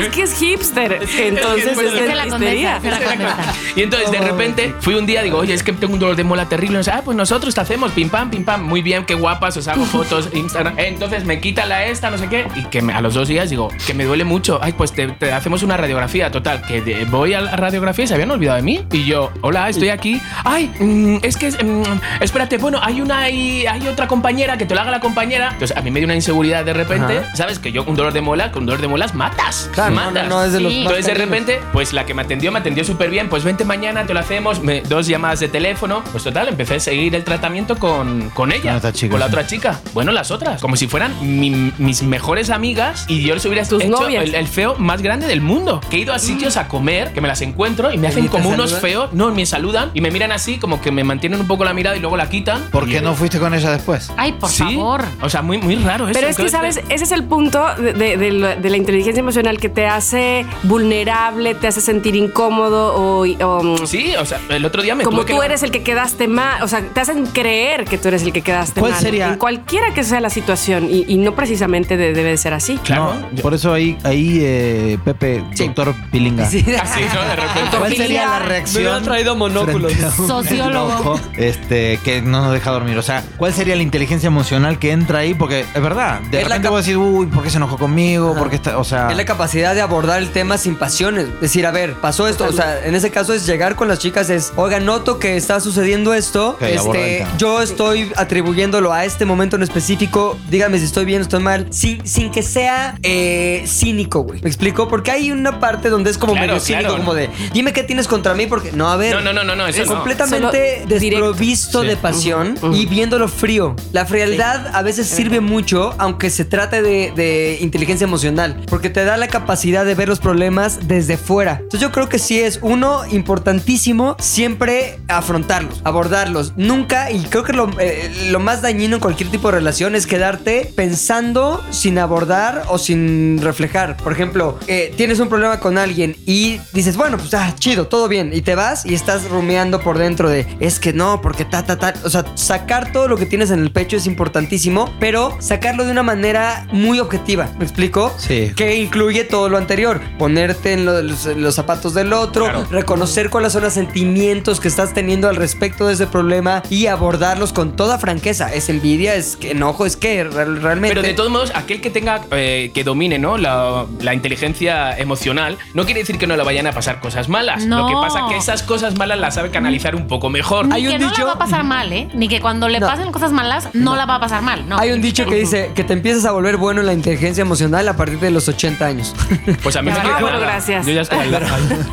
es que es hipster, entonces bueno, es es Se pues, la dentistería. contesta, se la contesta. Y entonces de repente fui un día, digo, oye, es que tengo un dolor de mola terrible. Y dice, ah, pues nosotros te hacemos, pim pam, pim pam, muy bien, qué guapas, os hago fotos, Instagram. Entonces me quita la esta, no sé qué. Y que me- a los dos días digo, que me duele mucho. Ay, pues te, te hacemos una radiografía, total. Que de- voy a la radiografía y se habían olvidado de mí. Y yo, hola, estoy aquí. Ay, mm, es que, es- mm, espérate, bueno, hay una, hay, hay otra compañera, que te lo haga la compañera. Entonces a mí me dio una inseguridad de repente, Ajá. ¿sabes? Que yo un dolor de mola, con un dolor de molas matas. Claro, no, matas. no, no, es de los Sí. más Entonces de terribles. repente, pues la que me atendió, me atendió súper bien. Pues vente mañana, te lo hacemos. Me- dos llamadas de teléfono. Pues total, empecé a seguir el tratamiento con, con ella. Con otra chica, la sí. otra chica. Bueno, las otras. Como si fueran mi- mis mejores amigas y yo les hubiera Tus hecho novias. El, el feo más grande del mundo. Que he ido a sitios a comer, que me las encuentro y me hacen te como unos saludan? feos. No, me saludan y me miran así, como que me mantienen un poco la mirada y luego la quitan. ¿Por Y- qué no fuiste con ella después? Ay, por Sí. favor. O sea, muy, muy raro eso. Pero es que, Creo ¿sabes? Ese es el punto de, de- de la- de la inteligencia emocional que te hace vulnerable, te hace sentir incómodo o... o, mm, Sí, o sea, el otro día me como tuve que tú eres el que quedaste mal, o sea, te hacen creer que tú eres el que quedaste ¿Cuál mal. sería? En cualquiera que sea la situación, y, y no precisamente de- debe de ser así. Claro. No, por eso ahí, ahí eh, Pepe, doctor Pilinga. Sí. Así, ¿no? De repente. ¿Cuál sería la Me reacción? hubieran traído monóculos. frente a un Sociólogo. enojo, Este, que no nos deja dormir. O sea, ¿cuál sería la inteligencia emocional que entra ahí? Porque es verdad, de Es la repente cap- vos decís, uy, ¿por qué se enojó conmigo? Ajá. ¿Por qué está, o sea, Es la capacidad de abordar el tema sin pasiones. Decir, a ver, pasó esto. O sea, en ese caso es llegar con las chicas, es, oiga, noto que está sucediendo esto. Ok, aborda el este, tema. yo estoy atribuyéndolo a este momento en específico. Dígame si estoy bien o estoy mal. Sin, sin que sea eh, cínico, güey. ¿Me explico? Porque hay una parte donde es como Claro, medio cínico, claro. como de, dime qué tienes contra mí, porque no, a ver. No, no, no, no, no, eso es no. completamente Solo directo. desprovisto Sí. de pasión Ujú, ujú. y viéndolo frío. La frialdad a veces sirve mucho, aunque se trate de, de inteligencia emocional, porque te da la capacidad de ver los problemas desde fuera. Entonces yo creo que sí es uno importantísimo siempre afrontarlos, abordarlos. Nunca, y creo que lo, eh, lo más dañino en cualquier tipo de relación es quedarte pensando sin abordar o sin reflejar. Por ejemplo, eh, tienes un problema con alguien y dices, bueno, pues ah, chido, todo bien, y te vas y estás rumiando por dentro de, es que no, porque ta, ta, ta. O sea, sacar todo lo que tienes en el pecho es importantísimo, pero sacarlo de una manera muy objetiva. ¿Me explico? Sí. Que incluye todo lo anterior. Ponerte en lo- los, los zapatos del otro, Claro. reconocer cuáles son los sentimientos que estás teniendo al respecto de ese problema y abordarlos con toda franqueza. Es envidia, es que enojo, es que re- realmente. Pero de todos modos, aquel que tenga, eh, que domine, ¿no? La, la inteligencia emocional, no quiere decir que no le vayan a pasar cosas malas. No. Lo que pasa es que esas cosas malas las sabe canalizar un poco mejor. Ni Hay un que no dicho- la va a pasar mal, ¿eh? Ni que cuando le No. pasen cosas malas, no, la va a pasar mal. No. Hay un dicho que dice que te empiezas a volver bueno en la inteligencia emocional a partir de los 80 años. Pues a mí no me Claro, queda nada. gracias. Yo ya estoy al-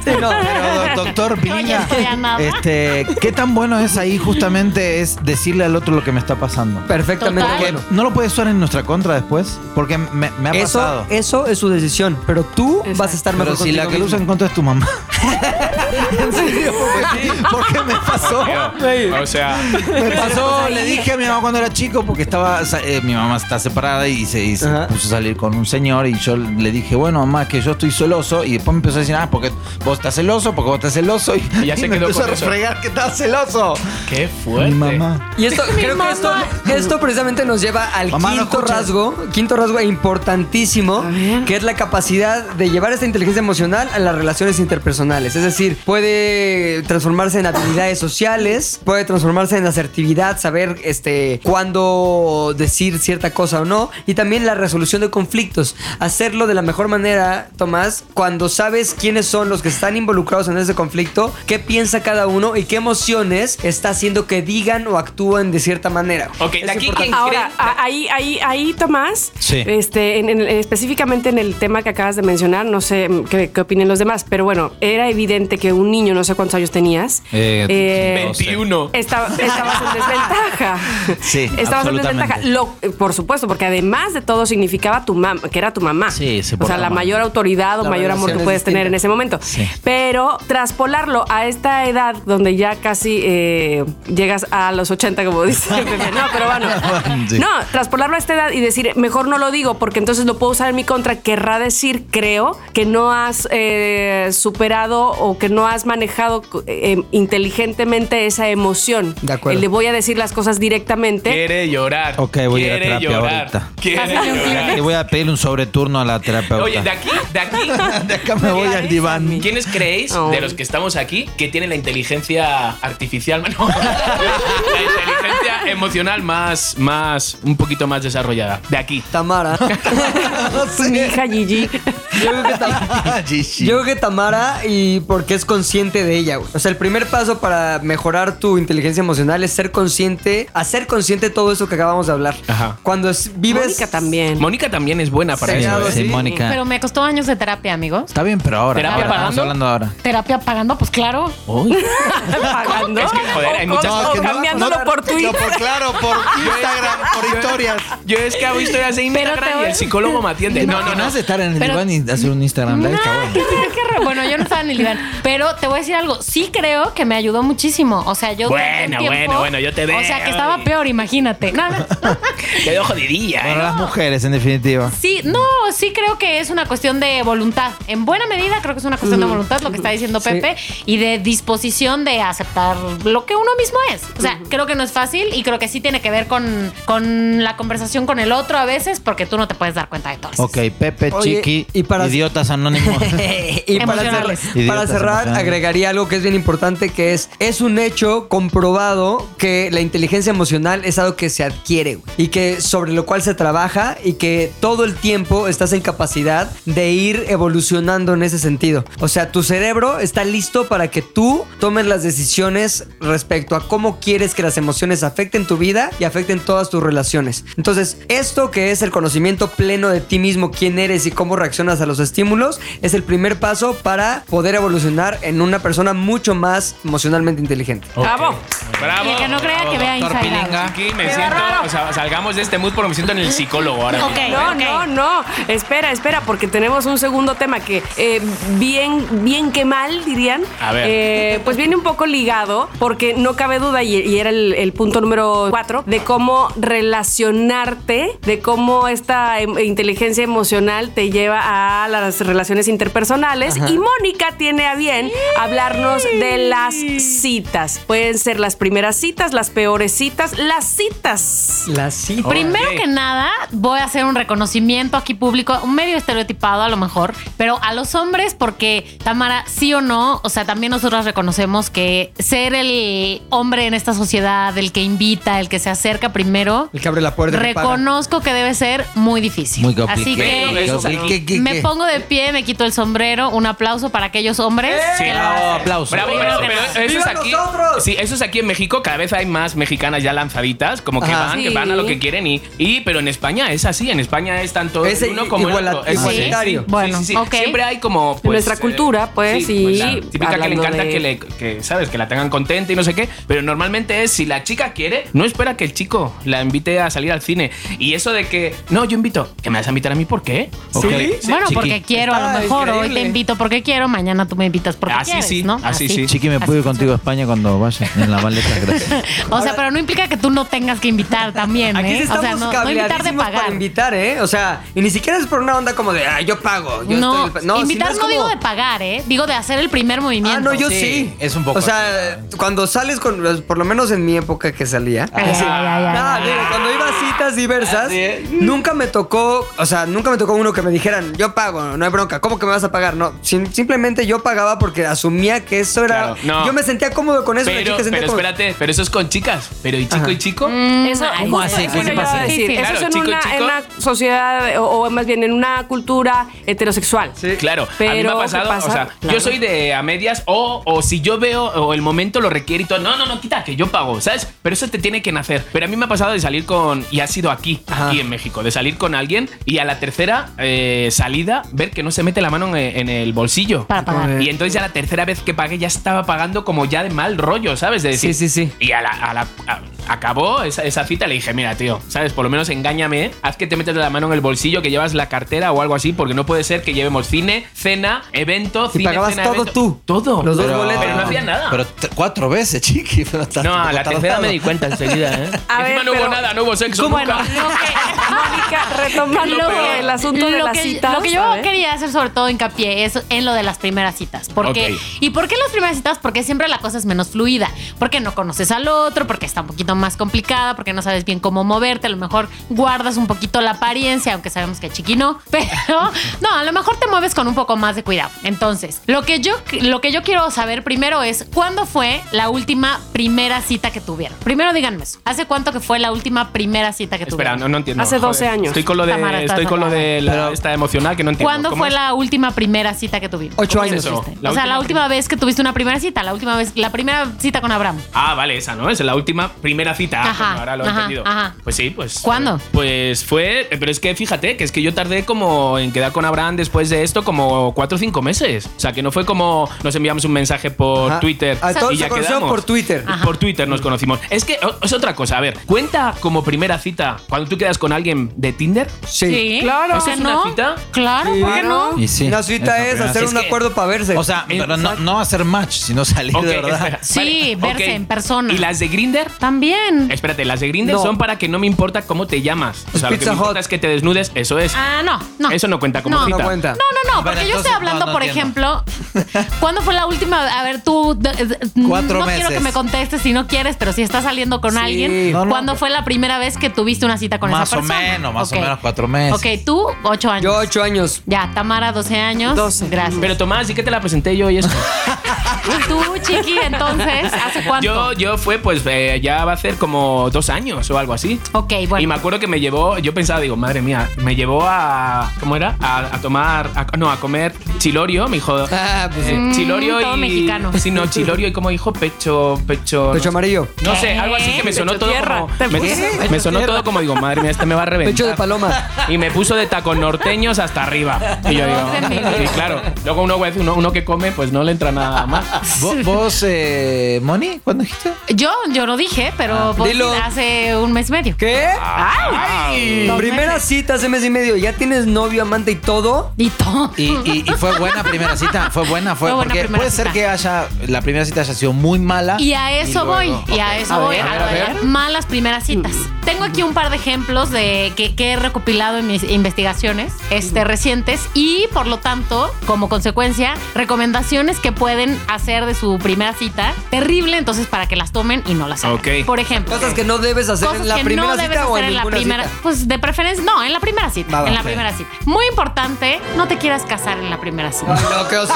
Sí, no, Pero, doctor Oye, Pilinga, estoy a nada. este, ¿qué tan bueno es ahí justamente es decirle al otro lo que me está pasando? perfectamente Total. bueno. ¿No lo puedes usar en nuestra contra después? Porque me, me ha Eso, pasado. eso es su decisión, pero tú Exacto. vas a estar mejor Pero si contigo la que lo mismo. usa en contra es tu mamá. Sí, serio? ¿Por qué, por qué me pasó? Tío, O sea, Me pasó, le dije a mi mamá cuando era chico, porque estaba, sa- eh, mi mamá está separada y se, y se Ajá. puso a salir con un señor y yo le dije, bueno, mamá, que yo estoy celoso y después me empezó a decir, ah, porque vos estás celoso, porque vos estás celoso y, Y ya se me quedó empezó a con eso. refregar que estás celoso. qué fuerte. Mi mamá. Y esto, creo que esto, esto precisamente nos lleva al Mamá, no quinto escuches. rasgo, quinto rasgo importantísimo, que es la capacidad de llevar esta inteligencia emocional a las relaciones interpersonales. Es decir, puede transformarse en habilidades sociales, puede transformarse en asertividad, saber este, cuándo decir cierta cosa o no, y también la resolución de conflictos. Hacerlo de la mejor manera, Tomás, cuando sabes quiénes son los que están involucrados en ese conflicto, qué piensa cada uno y qué emociones está haciendo que digan o actúen de cierta manera. Ok, de Es aquí importante. quien Ahora, a- ahí, ahí, ahí, Tomás, Sí. este, en- en- específicamente en el tema que acabas de mencionar, no sé mm, qué, qué opinen los demás, pero bueno, era evidente que un niño, no sé cuántos años tenías, Eh, eh, 21. Estaba, estabas en desventaja. Sí, Estabas en absolutamente. desventaja. Lo- eh, por supuesto, porque además de todo significaba tu mamá, que era tu mamá. Sí, sí, O por sea, la la mamá. mayor autoridad o La mayor amor relación que es puedes tener distinta. en ese momento. Sí. Pero traspolarlo a esta edad donde ya casi eh, llegas a los 80, como dice Pepe. No, pero bueno. Sí. No, traspolarlo a esta edad y decir, mejor no lo digo porque entonces lo puedo usar en mi contra, querrá decir, creo, que no has eh, superado o que no has manejado eh, inteligentemente esa emoción. De acuerdo. El de voy a decir las cosas directamente. Quiere llorar. Ok, voy a ir a Quiere terapia llorar. ahorita. Quiere Hazle un llorar. Le voy a pedir un sobreturno a la terapeuta. Oye, de aquí, de aquí. de acá me voy al diván. ¿Quiénes creéis Oh. de los que estamos aquí que tienen la inteligencia artificial, no, la inteligencia emocional más, más, un poquito más desarrollada? De aquí. Tamara. Mi hija Gigi. Yo creo que Tam- Ah, Gigi. Yo creo que Tamara y porque es consciente de ella, güey. O sea, el primer paso para mejorar tu inteligencia emocional es ser consciente, hacer consciente todo eso que acabamos de hablar. Ajá. Cuando es- vives... Mónica también. Mónica también es buena para Sí, eso. Señor. ¿eh? Claro, sí, sí. Mónica. Pero me costó años de terapia, amigos. Está bien, pero ahora. ¿Terapia ahora, estamos pagando? hablando ahora. ¿Terapia pagando? Pues claro. Pagando. Es que, joder, hay O muchas con- cosas o que no- cambiándolo por Twitter. claro, por Instagram, por historias. Yo es que hago historias de Instagram te- y el psicólogo me atiende. No, no, no. Vas a estar en el Pero- diván y hacer un Instagram live, Nah, está qué bueno. re- qué re- bueno, yo no estaba en el diván. Pero te voy a decir algo. Sí creo que me ayudó muchísimo. O sea, yo. durante un Bueno, bueno, bueno, yo te O sea, veo. que estaba peor, imagínate. No, no. Te doy jodidilla, Para ¿eh? las mujeres, en definitiva. Sí, no, sí creo que es una cuestión de voluntad. En buena medida creo que es una cuestión de voluntad, lo que está diciendo Pepe, y de disposición de aceptar lo que uno mismo es. O sea, creo que no es fácil y creo que sí tiene que ver con, con la conversación con el otro a veces, porque tú no te puedes dar cuenta de todo. eso. Ok, Pepe, Oye, Chiqui, y para- idiotas anónimos. y para cerrar, Emocionales. para Idiotas cerrar emocionales. agregaría algo que es bien importante, que es, es un hecho comprobado que la inteligencia emocional es algo que se adquiere güey, y que sobre lo cual se trabaja y que todo el tiempo estás en capacidad de ir evolucionando en ese sentido. O sea, tu cerebro está listo para que tú tomes las decisiones respecto a cómo quieres que las emociones afecten tu vida y afecten todas tus relaciones. Entonces, esto que es el conocimiento pleno de ti mismo, quién eres y cómo reaccionas a los estímulos, es el primer paso para poder evolucionar en una persona mucho más emocionalmente inteligente. Bravo. Bravo. Y el que no crea que vea doctor Inside Out. Pilinga. Aquí me siento, o sea, salgamos de este mood porque me siento en el psicólogo ahora. mismo. Ok, No, ok. no, no. Espera, espera, porque tenemos un segundo tema que eh, bien, bien que mal, dirían. A ver. Eh, pues viene un poco ligado, porque no cabe duda, y, y era el, el punto número cuatro, de cómo relacionarte, de cómo esta em- inteligencia emocional te lleva a las relaciones interpersonales. Y Mónica tiene a bien hablarnos de las citas. Pueden ser las primeras citas, las peores citas, las citas. La cita. Ahora, Primero sí. que nada, voy a hacer un reconocimiento aquí público, un medio estereotipado a lo mejor, pero a los hombres, porque Tamara, sí o no, o sea, también nosotros reconocemos que ser el hombre en esta sociedad, el que invita, el que se acerca primero, El que abre la puerta. y repara. reconozco que debe ser muy difícil. Muy Así complicado. que Eso, ¿Qué, qué, qué, me qué? pongo de pie, me quito el sombrero, un aplauso para aquellos hombres. Sí. que la- Bravo, aplauso. Bravo, pero, pero eso es ¡Viva aquí. nosotros! Sí, eso es aquí en México cada vez hay más mexicanas ya lanzaditas, como que Ajá. van, Sí. que van a lo que quieren y, y pero en España es así, en España es tanto Es el uno como el iguala- otro. Es así, igualitario. Bueno, ok. Siempre hay como eh, En nuestra cultura, pues, y la típica que le hablando encanta de- que le que sabes que la tengan contenta y no sé qué, pero normalmente es si la chica quiere, no espera que el chico la invite a salir al cine y eso de que no, yo invito, que me vas a invitar a mí, ¿por qué? Ok. Sí, Bueno, chiqui. porque quiero, a Está lo mejor hoy increíble. te invito porque quiero, mañana tú me invitas porque Así quieres, sí, ¿no? así sí. Chiqui, me puedo ir contigo a España cuando vaya en la maleta, gracias. O sea, pero no implica que tú no tengas que invitar también, Aquí sí ¿eh? O estamos sea, no, no invitar de cableadísimos para pagar. invitar, ¿eh? O sea, y ni siquiera es por una onda como de, ah, yo pago. Yo no, estoy- si invitar no, es como- digo de pagar, ¿eh? Digo de hacer el primer movimiento. Ah, no, yo sí. Sí, es un poco O sea, cuando sales con. Por lo menos en mi época que salía. Ay, así, ay, ay, ay, no, ay. Ah, digo, cuando iba a citas diversas, Así es. nunca me tocó. O sea, nunca me tocó uno que me dijeran, yo pago, no hay bronca, ¿cómo que me vas a pagar? No, sin- simplemente yo pagaba porque asumía que eso era. Claro, no. Yo me sentía cómodo con eso. la Pero, chica se sentía pero como- espérate, pero eso es con chicas, pero y chico Ajá. y chico. Mm, Eso, ¿Cómo eso- así? eso ¿Qué le se iba a pasa? decir. Mm, Sí, sí. Eso Claro, es en, chico y una, chico. en una sociedad, o, o más bien en una cultura heterosexual. Claro, a mí me ha Pero, ¿qué pasado, pasa? o sea, Claro. yo soy de a medias o, o si yo veo o el momento lo requiere y todo, no, no, no, quita, que yo pago, ¿sabes? Pero eso te tiene que nacer. Pero a mí me ha pasado de salir con, y ha sido aquí, Ajá. aquí en México, de salir con alguien y a la tercera eh, salida ver que no se mete la mano en, en el bolsillo. Para Eh. pagar. Y entonces ya la tercera vez que pagué ya estaba pagando como ya de mal rollo, ¿sabes? De decir, Sí, sí, sí. Y a la, a la- a- acabó esa, esa cita, le dije, mira, tío, ¿sabes? Por lo menos engáñame, haz que te metas la mano en el bolsillo, que llevas la cartera o algo así, porque no puede ser que llevemos cine, cena, evento, Y cine, pagabas cena, todo evento. tú. Todo. Los dos Pero- boletos. Pero no hacía nada. Pero t- cuatro veces, Chiqui. pero estás no, un poco a la tercera tardado. me di cuenta enseguida, ¿eh? A Encima ver, no hubo pero- nada, no hubo sexo Bueno, nunca. lo que- Mónica, retomando Lo que- el asunto de lo las que- citas. Lo que a yo ver. quería hacer sobre todo hincapié es en lo de las primeras citas. Porque, Ok. ¿Y por qué las primeras citas? Porque siempre la cosa es menos fluida. Porque no conoces al otro, porque está un poquito más complicada, porque no sabes bien cómo moverte. A lo mejor guardas un poquito la apariencia, aunque sabemos que chiqui no. Pero no, a lo mejor te mueves con un poco más de cuidado. Entonces, lo que yo, lo que yo quiero saber primero es cuándo fue la última primera cita que tuvieron. Primero díganme eso. ¿Hace cuánto que fue la última primera cita que Espera, tuvieron? no, no entiendo. Hace 12 años. Estoy con lo de, Tamara, estás estoy con lo de la- Pero- esta emocional que no entiendo. ¿Cuándo ¿Cómo fue es? la última primera cita que tuvimos? Ocho ¿Cómo años. se Eso, hiciste? la o sea, la última última vez que tuviste una primera cita, la última vez, la primera cita con Abraham. Ah, vale, esa, ¿no? Es la última primera cita. Ah, Ajá, bueno, ahora lo he ajá, entendido. ajá. Pues sí, pues. ¿Cuándo? Pues fue. eh, Pero es que fíjate que es que yo tardé como en quedar con Abraham después de esto como cuatro o cinco meses. O sea, que no fue como nos enviamos un mensaje por Ajá. Twitter. A todos y ya Ah, se conocieron quedamos. por Twitter. Ajá. Por Twitter nos conocimos. Es que o- es otra cosa, a ver, cuenta como primera cita cuando tú quedas con alguien de Tinder. Sí. claro. ¿O sea, ¿Eso es una no? cita? Claro, Sí. ¿por qué no? Y sí, Una cita es es, la primera hacer cita. un Es que- acuerdo para verse. O sea, pero no, no hacer match, sino salir Ok, de verdad. espera, Sí, vale, verse ok. en persona. ¿Y las de Grinder? También. Espérate, las de Grindr No. son para que no me importa cómo te llamas. O Es sea, lo que Pizza me Hut. importa es que te desnudes, eso es. Ah, no, no. Eso no cuenta como No, cita. no cuenta. No, no, no, Bueno, porque yo estoy entonces, hablando, no, no por entiendo. ejemplo, ¿cuándo fue la última? A ver, tú. d- d- n- Cuatro no quiero meses. que me contestes si no quieres, pero si estás saliendo con Sí. alguien, No, no. ¿cuándo fue la primera vez que tuviste una cita con Más esa o persona? menos, más Ok. o menos cuatro meses. Ok, tú, ocho años. Yo ocho años. Ya, Tamara, 12 años. 12. Gracias. Pero Tomás, sí que te la presenté yo y eso. ¿Y tú, Chiqui, entonces, hace cuánto? yo, yo fue, pues eh, ya va a hacer como dos años o algo así. Ok, bueno. Y me acuerdo que me llevó, yo pensaba, digo, madre mía, me llevó a. ¿Cómo era? A, a tomar. a- no, a comer chilorio, me dijo. Ah, pues sí. eh, chilorio Mm, todo y. mexicano. Sí, no, chilorio y como dijo, pecho. Pecho. Pecho no sé. amarillo. No sé, algo así que me sonó Pecho todo tierra. como. Te Me, puse- me sonó todo como digo, madre mía, este me va a reventar. Pecho de paloma. Y me puso de tacos norteños hasta arriba. Y yo digo, Dios de mi vida. y claro, luego uno, uno, uno que come, pues no le entra nada más. ¿Vos, vos, eh, Moni, cuándo dijiste? Yo, yo lo dije, pero vos Dilo. hace un mes y medio. ¿Qué? ¡Ay! Dos Primera meses. cita hace mes y medio. Ya tienes novio, amante y todo. Y todo. Y, y- y fue buena primera cita, fue buena, fue, Fue buena porque primera puede ser cita. que haya la primera cita haya sido muy mala. Y a eso luego- voy, y a eso A voy, ver, a a lo ver, de a ver. malas primeras citas. Tengo aquí un par de ejemplos de que, que he recopilado en mis investigaciones este, recientes y, por lo tanto, como consecuencia, recomendaciones que pueden hacer de su primera cita terrible, entonces para que las tomen y no las hagan. Ok. Por ejemplo, Cosas que no debes hacer cosas en la que primera no debes cita o hacer en en la ninguna primera cita. pues de preferencia no en la primera cita Va, va, en la ok. primera cita muy importante no te quieras casar en la primera cita Ay, no, qué oso.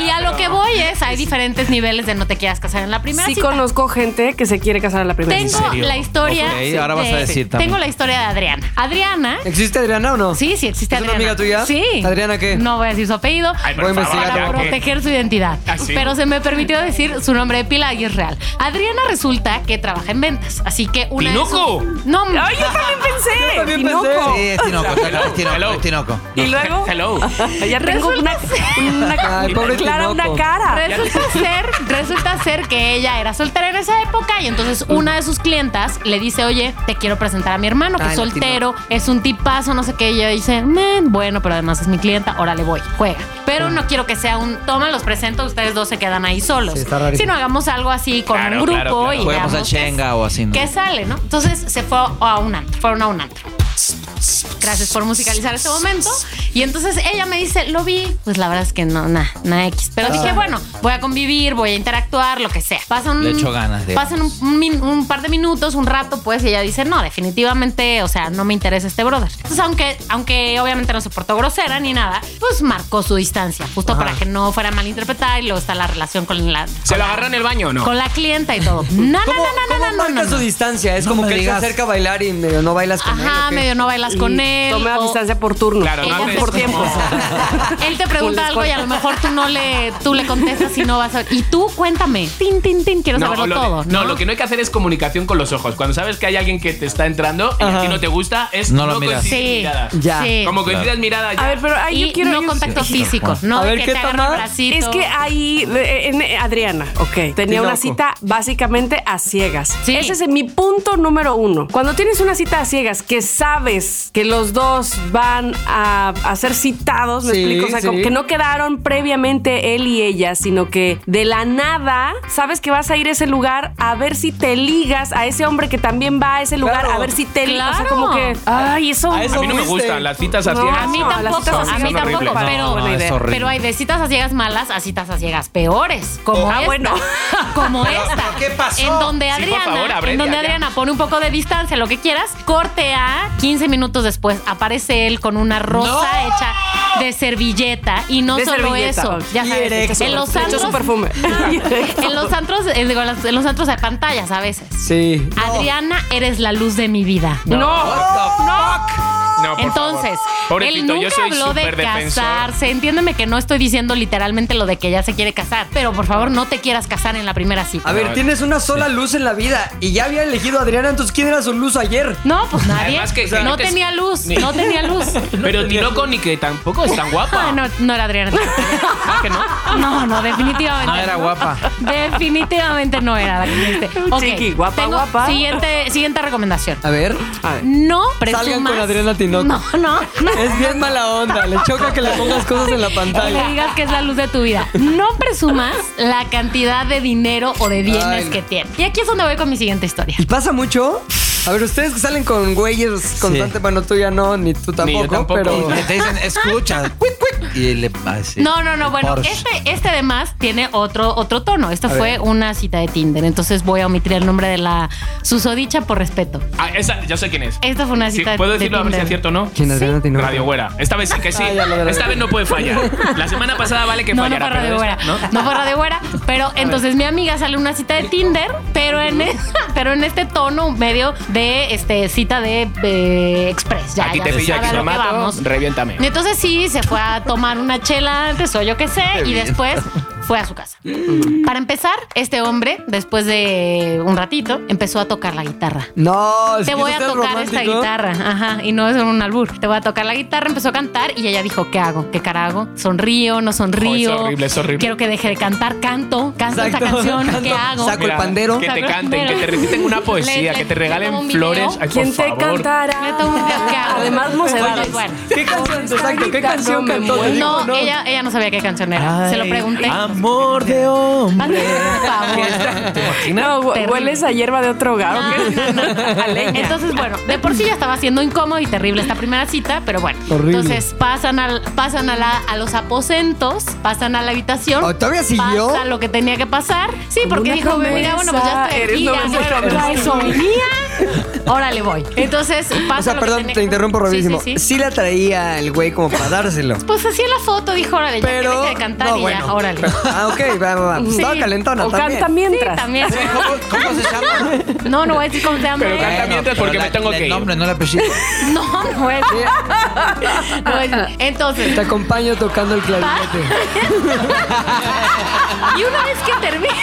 Y a lo que voy es, hay diferentes niveles de no te quieras casar en la primera Sí cita. conozco gente que se quiere casar a la primera. cita. Tengo serio? la historia. Ok, ahora vas a de- decir también. Tengo la historia de Adriana. Adriana. ¿Existe Adriana o no? Sí, sí, existe ¿Es una Adriana. amiga tuya? Sí. ¿Adriana qué? No voy a decir su apellido. Ay, por Voy favor, a investigar. para ya que- proteger su identidad. Ah, sí. Pero se me permitió decir su nombre de pila y es real. Adriana resulta que trabaja en ventas. Así que una. de ¡Tinoco! sus- No, ¡Ay, yo también pensé! Yo también Tinoco. pensé. Sí, es Tinoco, es Tinoco, hello. es Tinoco. ¿Y luego? Hello. Ya tengo una, Resulta una- Ay, pobre clara Tinoco. una cara. Resulta ser, resulta ser que ella era soltera en esa época y entonces una de sus clientas le dice, oye, te quiero presentar a mi hermano que Ay, es la soltero, es un tipazo, no sé qué. Y ella dice, "Men, bueno, pero además es mi clienta, ahora le voy, juega. Pero no quiero que sea un, toma, los presento, ustedes dos se quedan ahí solos. Sí, está rarísimo. Sino hagamos algo así con Claro, un grupo claro, claro. y Juguemos veamos a qué- Chenga o así, ¿no? qué sale, ¿no? Entonces se fue a un antro, fueron a un antro. Gracias por musicalizar este momento. Y entonces ella me dice, lo vi. Pues la verdad es que no, nada, nada X. Pero dije, bueno, voy a convivir, voy a interactuar, lo que sea. Pasan, Le echo ganas, digamos. pasan un, un min- un par de minutos, un rato, pues, y ella dice, no, definitivamente, o sea, no me interesa este brother. Entonces, aunque, aunque obviamente no se portó grosera ni nada, pues marcó su distancia, justo para que no fuera malinterpretada y luego está la relación con la, ¿Se lo agarra en el baño o no? con la clienta y todo. No, no, ¿Cómo, no, cómo no, no, no, marca no, su no. distancia? Es No como me que él se digas. acerca a bailar y medio no bailas con él. Ajá, ¿o qué? medio no bailas con él. Toma o- distancia por turno. Claro, no Ella haces por tiempo. como- Él te pregunta Con- algo y a lo mejor tú no le, tú le contestas y no vas a. Y tú cuéntame. Tin, tin, tin, quiero o saberlo lo de- todo. no, lo que no hay que hacer es comunicación con los ojos. Cuando sabes que hay alguien que te está entrando y a ti no te gusta, es No no, lo miras. coincidir Sí. miradas. Ya. Sí. Como coincidas miradas ya. A ver, pero ahí y yo quiero. no yo- contacto físico. No, A de ver, que ¿qué te agarre toma? el bracito. Es que ahí, eh, en- eh, Adriana, ok, tenía Tinoco. una cita básicamente a ciegas. Sí. Ese es mi punto número uno. Cuando tienes una cita a ciegas que sabes que los dos van a, a ser citados, me Sí, explico, o sea, sí. como que no quedaron previamente él y ella, sino que de la nada sabes que vas a ir a ese lugar a ver si te ligas a ese hombre que también va a ese lugar, Claro. a ver si te ligas. O sea, Claro. como que, ay, eso... A a eso mí no me fuiste. gustan las citas a No, ciegas. A mí No, a las tampoco, citas a mí son horribles. tampoco, No, pero, no, es horrible. pero hay de citas a ciegas malas a citas a ciegas peores, como Ah, esta, bueno. como esta, ¿qué pasó? en donde Sí, por Adriana, favor, abre en donde ya, ya. Adriana pone un poco de distancia, lo que quieras, corte a 15 minutos después aparece él con una rosa ¡No! hecha de servilleta y no De solo servilleta, eso, ok. ya Y sabes, este, erecto. en los De hecho, antros, su perfume. en los antros, eh, digo, en los- en los antros hay pantallas a veces. Sí. Adriana, eres la luz de mi vida. No, No, por Entonces, favor. él Pobrecito, nunca yo soy habló de súper defensor. casarse. Entiéndeme que no estoy diciendo literalmente lo de que ya se quiere casar, pero por favor no te quieras casar en la primera cita. A ver, No, tienes una sola luz en la vida y ya había elegido a Adriana, entonces ¿quién era su luz ayer? No, pues nadie. Además que- o sea, no no te- tenía luz, ni- no tenía luz. Pero ni loco ni que tampoco es tan guapa. Ah, no, no era Adriana. que no? No, no, definitivamente. No era guapa. Definitivamente no era la que Un chiqui, guapa, guapa. Siguiente, siguiente recomendación. A ver. A ver. No presumas. Salgan con Adriana Tinoco. No, no. Es bien mala onda, le choca que le pongas cosas en la Que le pantalla. digas que es la luz de tu vida. No presumas la cantidad de dinero o de bienes Ay, no. que tienes. Y aquí es donde voy con mi siguiente historia. ¿Y pasa mucho? A ver, ustedes que salen con güeyes constante, bueno, tú ya no, ni tú tampoco, tampoco. pero... Y te dicen, escucha, cuic, cuic, y le pase. No, no, no. Bueno, Porsche. este, este además tiene otro, otro tono. Esta ver. fue una cita de Tinder. Entonces voy a omitir el nombre de la susodicha por respeto. Ah, esa, ya sé quién es. Esta fue una Sí, cita ¿Puedo de decirlo a ver si Tinder. es cierto o no? ¿Quién Adriana Tinoco? Radio Güera. Esta vez sí que sí. Ah, ya lo de Radio Esta vez no puede fallar. La semana pasada vale que No, no fallara. fue pero Radio Güera. esta- ¿no? fue Radio Güera. Pero entonces mi amiga sale a una cita de Tinder, pero en, e- pero en este tono medio de este, cita de eh, Express. Ya, Aquí ya te se pillo, sabe aquí a te lo que mato. vamos. Reviéntame. Y entonces sí, se fue a tomar una chela antes o yo qué sé, y bien. después fue a su casa. Para empezar, este hombre, después de un ratito, empezó a tocar la guitarra. No, si Te voy a estás tocar esta romántico. guitarra, ajá, y no es un albur. Te voy a tocar la guitarra, empezó a cantar y ella dijo, ¿qué hago? ¿Qué cara hago? ¿Sonrío? ¿No sonrío? horrible, es horrible. Quiero que deje de cantar, canto, canto Exacto, esta canción, canto, ¿qué hago? saco- el pandero. Que te Saco el canten, que pandero. te reciten una Le- poesía, le- que te le tomo regalen un video. flores. Ay, por ¿Quién te favor. Me tomo un cantará? video, ¿qué hago? Además, mocedades. Bueno, bueno. ¿Qué canción? Exacto, ¿qué canción me cantó? muero. No, Ella, ella no sabía qué canción era. Se lo Ay, pregunté. Amor de hombre. Hazme un favor. No, hue- Terrible. hueles a hierba de otro hogar. ¿o qué? Ah, No, no, no. A leña. Ah, Entonces, bueno, de por sí ya estaba siendo incómodo y terrible esta primera cita, pero bueno. Horrible. Entonces pasan, al, pasan a, la- a los aposentos, pasan a la habitación. Oh, ¿todavía siguió? Pasa lo que tenía que pasar. Sí, porque una dijo, promesa, mira, bueno, pues ya estoy eres aquí, ya noventa y muero, nueve. traes hoy día, Órale, voy. Entonces, pasa. O sea, lo que perdón, tenía te que- interrumpo Sí, rapidísimo. Sí, sí, sí. la traía el güey como para dárselo. Pues hacía la foto, dijo, órale, ya que Pero. deje de cantar no, y bueno. ya, órale. Ah, ok, va, va, va. Pues Sí. Estaba calentona O también. canta mientras. Sí, también. ¿Cómo, cómo se llama? No, no voy a decir cómo se llama. Pero canta mientras porque Pero me la- tengo que El ir. nombre, no el apellido. No, no es. No es. Entonces, Te acompaño tocando el clarinete. Ah. y una vez que termine,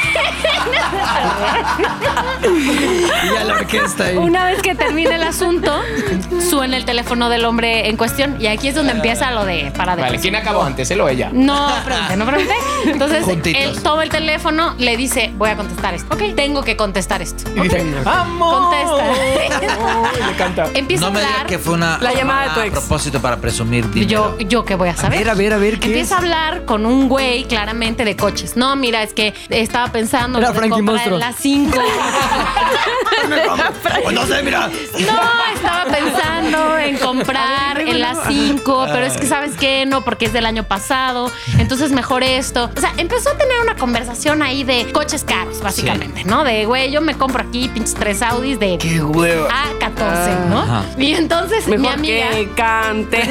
Y ya la orquesta ahí. una vez que termine el asunto, suena el teléfono del hombre en cuestión y aquí es donde empieza lo de para de Vale, ¿quién acabó antes, él o ella? No pregunté, no pregunté. Entonces, Juntitos. él toma el teléfono, le dice, voy a contestar esto. Ok, tengo que contestar esto. Y dice, Oh. ¡Vamos! Contesta. Y le canta. Empieza No a me hablar. digas que fue una. La llamada de tu ex. A propósito para presumir dinero. Yo, yo qué voy a A saber. ver, a ver, a ver, ¿qué Empieza a es? hablar con un güey claramente de coches. No, mira, es que estaba pensando Era en Frankie comprar Monstruo. la 5. Oh, no sé, mira. No, estaba pensando en comprar en la 5, pero es que sabes qué, no, porque es del año pasado, entonces mejor esto. O sea, empezó a tener una conversación ahí de coches caros, básicamente, ¿no? De, güey, yo me compro aquí pinches tres Audis de Qué huevo. A14, ¿no? Ajá. Y entonces mi Mejor amiga... Pues que cante.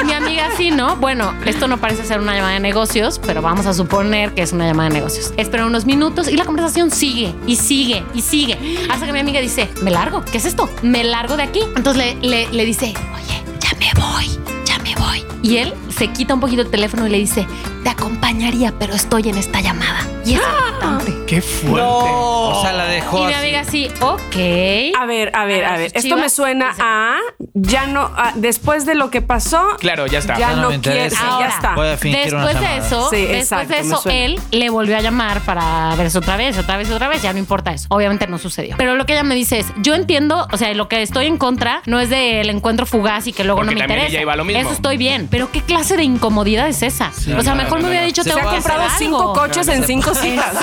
Y mi amiga sí, ¿no? Bueno, esto no parece ser una llamada de negocios, pero vamos a suponer que es una llamada de negocios. Espera unos minutos y la conversación sigue y sigue y sigue. Hasta que mi amiga dice, me largo, ¿qué es esto? Me largo de aquí. Entonces le, le- le dice, oye, ya me voy, ya me voy. Y él se quita un poquito el teléfono y le dice, te acompañaría, pero estoy en esta llamada. Y es importante. ¡Qué fuerte! O sea, la dejó. Y mi así. amiga sí, ok. A ver, a ver, a A ver. sus Esto me chivas, suena dice. a ya no a- después de lo que pasó. Claro, ya está. Ya no no, me quiere, interesa. ya Ahora. está. Voy a fingir una después de llamada. eso, Sí, después exacto, de me eso, suena. él le volvió a llamar para verse otra vez, otra vez, otra vez. Ya no importa eso. Obviamente no sucedió. Pero lo que ella me dice es, yo entiendo, o sea, lo que estoy en contra no es del encuentro fugaz y que luego Porque no me también interesa. ella iba a lo mismo. Eso estoy bien. Pero qué clase de incomodidad es esa. o sea, no, mejor no, no, me hubiera no. dicho, Se te Se voy ha a comprar comprado cinco coches en cinco citas.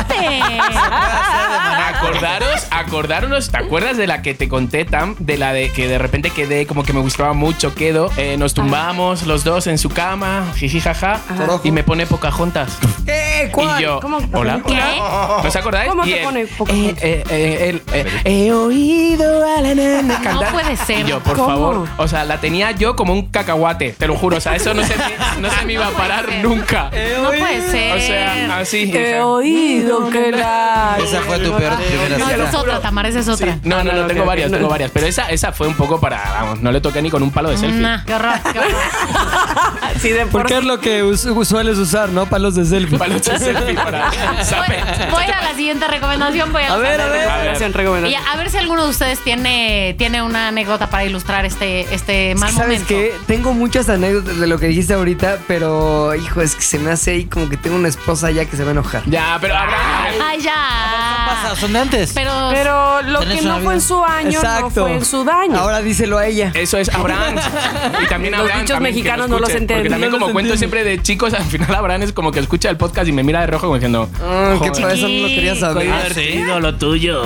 Exactamente. Acordaros, acordaros, ¿te acuerdas de la que te conté, Tam? De la de que de repente quedé, como que me gustaba mucho, quedo, eh, nos tumbamos los dos en su cama, jiji, jaja, y me pone Pocahontas. ¿Qué? Eh, ¿Cuál? Y yo, ¿Cómo? ¿hola? ¿Qué? ¿No os acordáis? ¿Cómo Y te él, pone eh, Pocahontas? eh, eh, él, eh, He oído a la nana cantar. puede ser. Y yo, por ¿Cómo? favor. O sea, la tenía yo como un cacahuate, te lo juro. O sea, eso no se me, no se me iba a No puede parar ser. Eh, nunca. No puede ser. O sea, así. o He sea, oh, oído que la. Esa fue tu peor primera no, cita. esa es otra, Tamara, esa es Sí. otra. No, no, no, tengo ok, varias, no. tengo varias. Pero esa, esa fue un poco para, vamos, no le toqué ni con un palo de selfie. Nah, qué horror, qué horror. Sí, de por Porque es lo que us- sueles usar, ¿no? Palos de selfie. Palo de selfie para Voy, saber. voy a ir a la siguiente recomendación. Voy a, A ver, a ver. recomendación, recomendación. Y a a ver si alguno de ustedes tiene, tiene una anécdota para ilustrar este, este Es que, mal ¿Sabes momento. qué? Tengo muchas anécdotas de lo que dijiste ahorita, pero hijo, es que se me hace ahí como que tengo una esposa ya que se va a enojar. Ya, pero habrá. Ay, ya. Pasa, son de antes. Pero, Pero lo Tenés que una no fue vida. en su año, no fue en su daño. Ahora díselo a ella. Eso es Abraham. Y también Los Abraham. dichos también, que mexicanos lo no los escuche, entienden, Porque también, no los como cuento entienden. siempre de chicos, al final Abraham es como que escucha el podcast y me mira de rojo como diciendo. Ah, que "Joder". para eso no lo quería saber. Ah, sí. lo tuyo.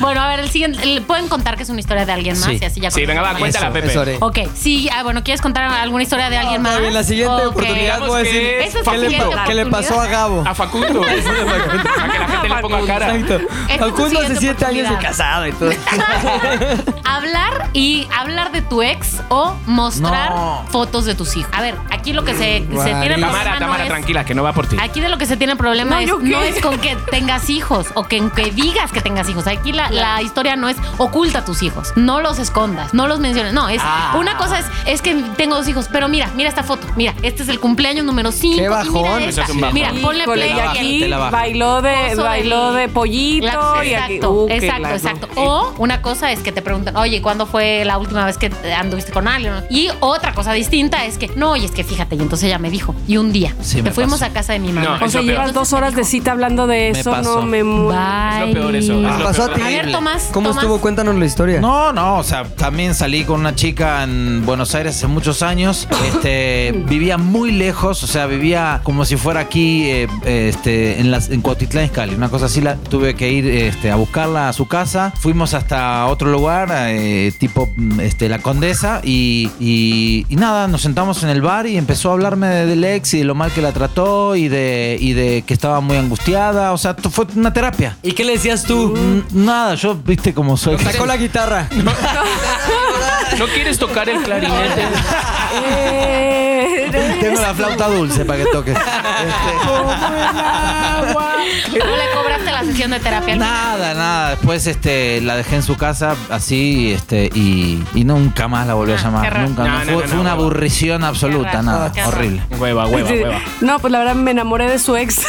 bueno, a ver, el siguiente. el- ¿Pueden contar que es una historia de alguien más? Sí. Y así ya Sí, venga, va, conocemos. cuéntala, Eso, Pepe. eso haré. Ok, sí, ah, bueno, ¿quieres contar alguna historia de alguien más? En la siguiente Ok. oportunidad voy a Digamos decir que Esa es qué la le, siguiente qué le pasó a oportunidad. Gabo. A Facundo. Para que la gente le ponga cara. Exacto. es tu Facundo hace siguiente siete años de oportunidad. casado y todo. Hablar y hablar de tu ex o mostrar No. fotos de tus hijos. A ver, aquí lo que se, se Guau. tiene problema Tamara, no Tamara, es- tranquila, que no va por ti. Aquí de lo que se tiene problema No, es, ¿yo qué? no es con que tengas hijos o que, que digas que tengas hijos. Aquí la, la historia no es oculta a tus hijos, no los escondas, no los menciones. No, es Ah. una cosa es, es que tengo dos hijos, pero mira, mira esta foto. Mira, este es el cumpleaños número 5. Qué bajón. Mira, Eso es un esta. bajón. Mira, ponle Híjole, play y la bajan, aquí te la bajan. bailó de, Oso bailó de pollito La- y aquí. exacto, Uh, qué exacto, claro. exacto. O una cosa es que te preguntan, oye, ¿cuándo fue la última vez que te anduviste con alguien? Y otra cosa distinta es que, no, y es que fíjate, y entonces ella me dijo, y un día, Sí, me te fuimos pasó. a casa de mi mamá. No, O sea, Eso llevas peor. dos horas de cita hablando de Me eso, pasó. no me muero. Es lo peor eso. Bye. es lo Pasó peor. A ver, Tomás. ¿Cómo Tomás. estuvo? Cuéntanos la historia. No, no, o sea, también salí con una chica en Buenos Aires hace muchos años. Este, vivía muy lejos, o sea, vivía como si fuera aquí eh, este, en, las, en Cuautitlán, Cali, una cosa así. La, tuve que ir este, a buscarla a su casa. Fuimos hasta otro lugar, eh, tipo mm, este, La Condesa, y, y- y nada, nos sentamos en el bar y empezó a hablarme de- del ex y de lo mal que la trató y de, y de que estaba muy angustiada. O sea, t- fue una terapia. ¿Y qué le decías tú? N- Nada, yo, viste como soy. Sacó la guitarra. ¿No quieres tocar el clarinete? Eh, Tengo la flauta dulce para que Este, toques. Ah. ¿No le cobraste la sesión de terapia? nada, nada. Después este, la dejé en su casa así este, y, y nunca más la volví a Ah, qué llamar. raro. Nunca. No, no, no, fue no, fue no, una no. aburrición absoluta, raro, nada. qué raro. Horrible. Hueva, hueva, sí. hueva. No, pues la verdad me enamoré de su ex.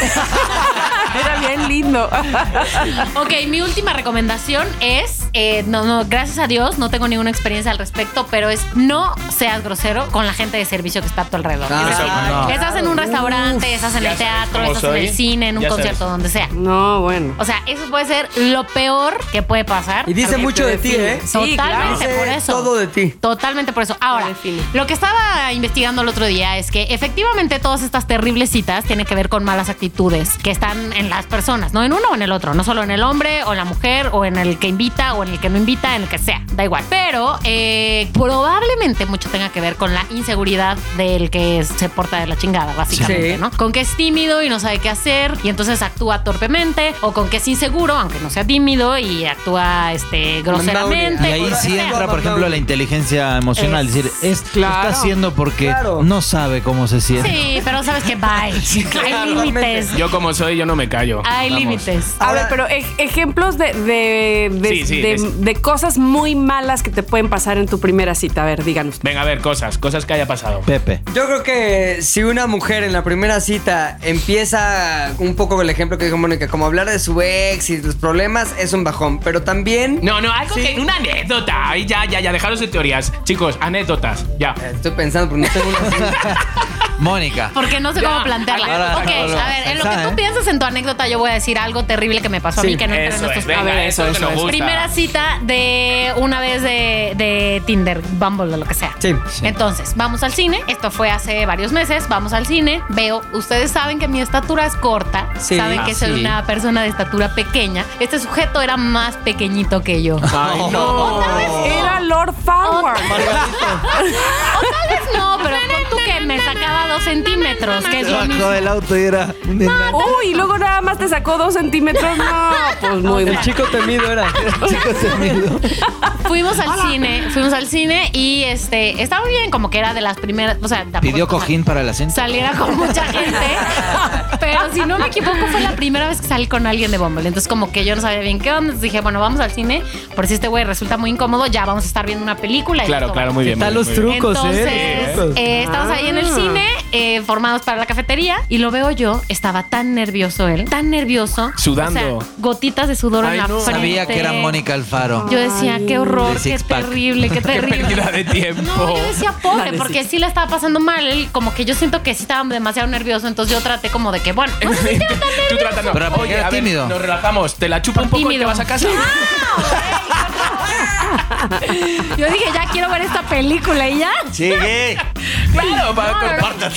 Era bien lindo. Ok, mi última recomendación es, eh, no, no, gracias a Dios, no tengo ninguna experiencia al respecto, pero es no seas grosero con la gente de servicio que está a tu alrededor. Ah, estás, no. estás en un restaurante, estás en ya el sabes teatro, cómo estás en el soy. cine, en un Ya concierto, sabes. donde sea. No, bueno. O sea, eso puede ser lo peor que puede pasar. Y dice mucho de ti, ¿eh? Sí, claro. Totalmente por eso. todo de ti. Totalmente por eso. Ahora, define. lo que estaba investigando el otro día es que efectivamente todas estas terribles citas tienen que ver con malas actitudes que están en las personas, no en uno o en el otro, no solo en el hombre o en la mujer o en el que invita o en el que no invita, en el que sea, da igual. Pero eh, probablemente mucho tenga que ver con la inseguridad del que se porta de la chingada, básicamente, Sí. ¿no? Con que es tímido y no sabe qué hacer y entonces actúa torpemente o con que es inseguro, aunque no sea tímido y actúa este, groseramente. Y o ahí lo que sí sea. entra, por ejemplo, la inteligencia emocional. Es decir, es, Claro. lo está haciendo porque Claro. no sabe cómo se siente. Sí, pero sabes que bye. Hay límites. Yo como soy, yo no me callo. Ah. Hay Vamos. límites. A Ahora- ver, pero ej- ejemplos de, de, de, Sí, sí, de- de- de cosas muy malas que te pueden pasar en tu primera cita. A ver, díganos. Venga, a ver, cosas, cosas que haya pasado. Pepe. Yo creo que si una mujer en la primera cita empieza un poco con el ejemplo que dijo Mónica, como hablar de su ex y los problemas, es un bajón. Pero también. No, no, algo Sí. que. Una anécdota. Ay, ya, ya, ya. Dejaros de teorías. Chicos, anécdotas. Ya. Estoy pensando, porque no tengo una cita. Mónica. Porque no sé Ya, cómo plantearla. ahora, ok, ahora, a ver, en lo que pensá, tú ¿eh? piensas en tu anécdota, yo voy a decir algo terrible que me pasó a mí que no entra en Eso estos es, venga, A ver, eso, eso, es lo que nos eso. gusta. Primera cita de una vez de, de Tinder, Bumble, de lo que sea. Sí. Sí. Entonces, vamos al cine. Esto fue hace varios meses. Vamos al cine. Veo, ustedes saben que mi estatura es corta. Sí. saben Ah, que soy sí. una persona de estatura pequeña. Este sujeto era más pequeñito que yo. Ay, no. Era Lord Power. O tal vez no, pero pon tú que me sacaba dos centímetros, que es lo mismo. Bajó del auto y era un enano. Uy, y luego nada más te sacó dos centímetros. No, pues muy El mal. chico temido era. Chicos, se me dio. Fuimos al cine, fuimos al cine y este estaba bien, como que era de las primeras, o sea, tampoco- Pidió o sea, cojín para el asiento. Saliera con mucha gente, pero si no me equivoco fue la primera vez que salí con alguien de Bumble, entonces como que yo no sabía bien qué onda, entonces dije, bueno, vamos al cine, por si este güey resulta muy incómodo, ya vamos a estar viendo una película. y Claro, esto va. claro, muy bien. Están muy los bien, muy bien. trucos, Ah. Entonces, ¿eh? eh, estamos ahí en el cine, eh, formados para la cafetería, y lo veo yo, estaba tan nervioso él, tan nervioso. Sudando. O sea, gotitas de sudor Ay, en la no. frente. Sabía que era Mónica Alfaro. Yo decía, qué horror, De qué six pack. terrible, qué Qué terrible. pérdida de tiempo. No, Oh. yo decía La pobre, de porque sí la estaba pasando mal. Él, como que yo siento que sí estaba demasiado nervioso, entonces yo traté como de que, bueno, no sé si estaba tan Tú tratando. Pero porque Oye, era a ver, tímido. nos relajamos. Te la chupa un poco y te tímido. vas a casa. nervioso. Yo dije, ya quiero ver esta película y ya. Llegué. claro, para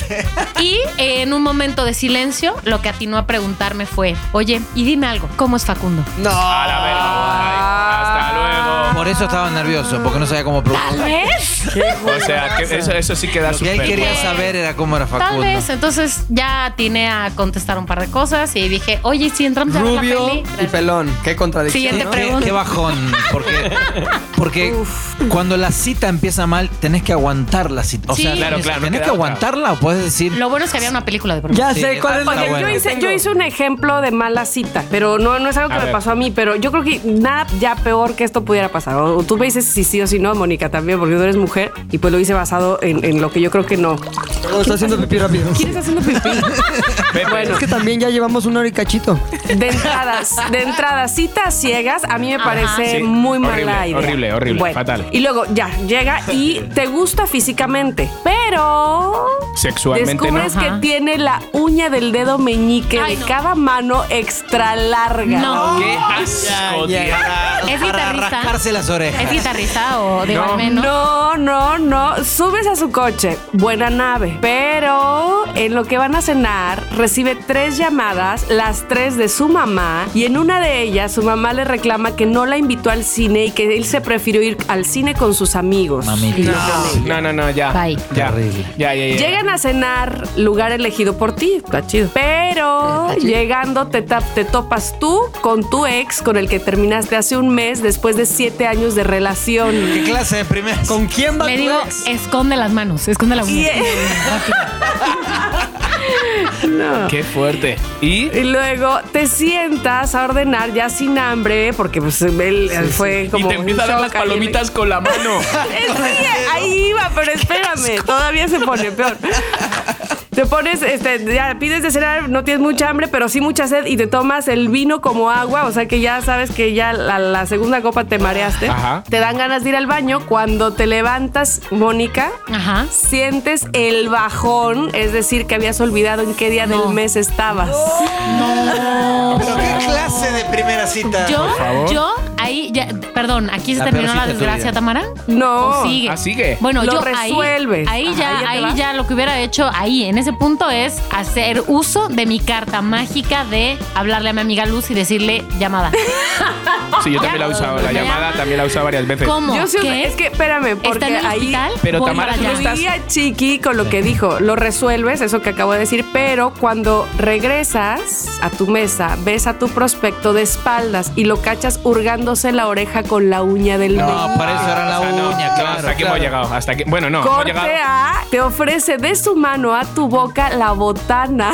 Y eh, en un momento de silencio, lo que atinó a preguntarme fue, oye, y dime algo, ¿cómo es Facundo? No. A la verga. Hasta Por eso estaba nervioso, porque no sabía cómo Tal preguntar. vez. luego. O sea, que eso, eso sí queda Lo que él súper. quería Porque- saber era cómo era Tal Facundo. vez. Entonces ya atiné a contestar un par de cosas y dije, oye, ¿y si entramos a ver la Rubio peli? y pelón. Qué contradicción. Siguiente ¿no? pregunta. Qué, qué bajón. Porque, porque cuando la cita empieza mal, tenés que aguantar la cita. O Sí. sea, Claro, tenés- claro, no tenés queda que otra. aguantarla o puedes decir. Lo bueno es que había una película de pronto. Ya Sí, sé cuál es está la Oye, bueno. Ah, yo, hice, yo Tengo. hice un ejemplo de mala cita, pero no, no es algo que A me ver. pasó a mí, pero yo creo que nada ya peor que esto pudiera pasar. sea, o, o tú me dices si sí o si no, Mónica, también, porque tú eres mujer y pues lo hice basado en, en lo que yo creo que no. Perdón, está haciendo pipí rápido. ¿Quién está haciendo pipí? bueno, Es que también ya llevamos una hora y cachito. de entradas, de entradas, citas ciegas, a mí me parece Sí, muy mala horrible, idea. horrible, horrible, fatal. Y luego ya llega y te gusta físicamente, pero Sexualmente no. descubres no. que Ajá. tiene la uña del dedo meñique Ay, de no. cada mano extra larga. No. ¡Qué asco, tío! Ya, ya, Es Para guitarrista. rascarse las orejas. ¿Es guitarrista o de No. Balmain, no? No, no, no. Subes a su coche, buena nave. Pero en lo que van a cenar, recibe tres llamadas, las tres de su mamá. Y en una de ellas, su mamá le reclama que no la invitó al cine y que él se prefirió ir al cine con sus amigos. Mamita. Y no con ella. No, no, no, ya. Bye. Ya. Terrible. Ya, ya, ya. Llegan a cenar, lugar elegido por ti. Está chido. Pero llegando te, tap- te topas tú con tu ex, con el que terminaste hace un mes después de siete años de relación. ¿Qué clase de primer? ¿Con quién va Le tu digo, ex? esconde las manos, esconde la uña. Y- Qué fuerte. Y Y luego te sientas a ordenar ya sin hambre, porque pues él fue como. y te un empieza a dar shock las ahí en el- palomitas con la mano. Eh, sí, ahí iba, pero espérame, todavía se pone peor. Te pones, este, ya pides de cenar, no tienes mucha hambre, pero sí mucha sed y te tomas el vino como agua, o sea que ya sabes que ya la, la segunda copa te mareaste. Ajá. Te dan ganas de ir al baño. Cuando te levantas, Mónica, Ajá. sientes el bajón, es decir, que habías olvidado en qué día No. del mes estabas. ¿Pero qué clase de primera cita? Yo, favor. yo, ahí, ya, perdón, aquí se La terminó peor la cita de tu desgracia, vida. Tamara. No. ¿O sigue? Ah, sigue. Bueno, Lo yo resuelves. ahí, ahí Ajá, ya, ya te ahí vas. ya lo que hubiera hecho ahí, en ese punto es hacer uso de mi carta mágica de hablarle a mi amiga Luz y decirle llamada. Sí, yo también la he usado. La Me llamada llama. también la he usado varias veces. ¿Cómo? Yo sí, ¿Qué? es que espérame, porque ¿Está en el ahí hospital? Pero Voy Tamara, para tú allá. estás- Fui a Chiqui con lo que dijo, lo resuelves, eso que acabo de decir, pero cuando regresas a tu mesa, ves a tu prospecto de espaldas y lo cachas hurgándose la oreja con la uña del No, dedo. para eso era la O sea, no, uña, no, claro. Hasta aquí claro. hemos llegado. Hasta aquí. Bueno, no, hemos Corte llegado. A, te ofrece de su mano a tu boca la botana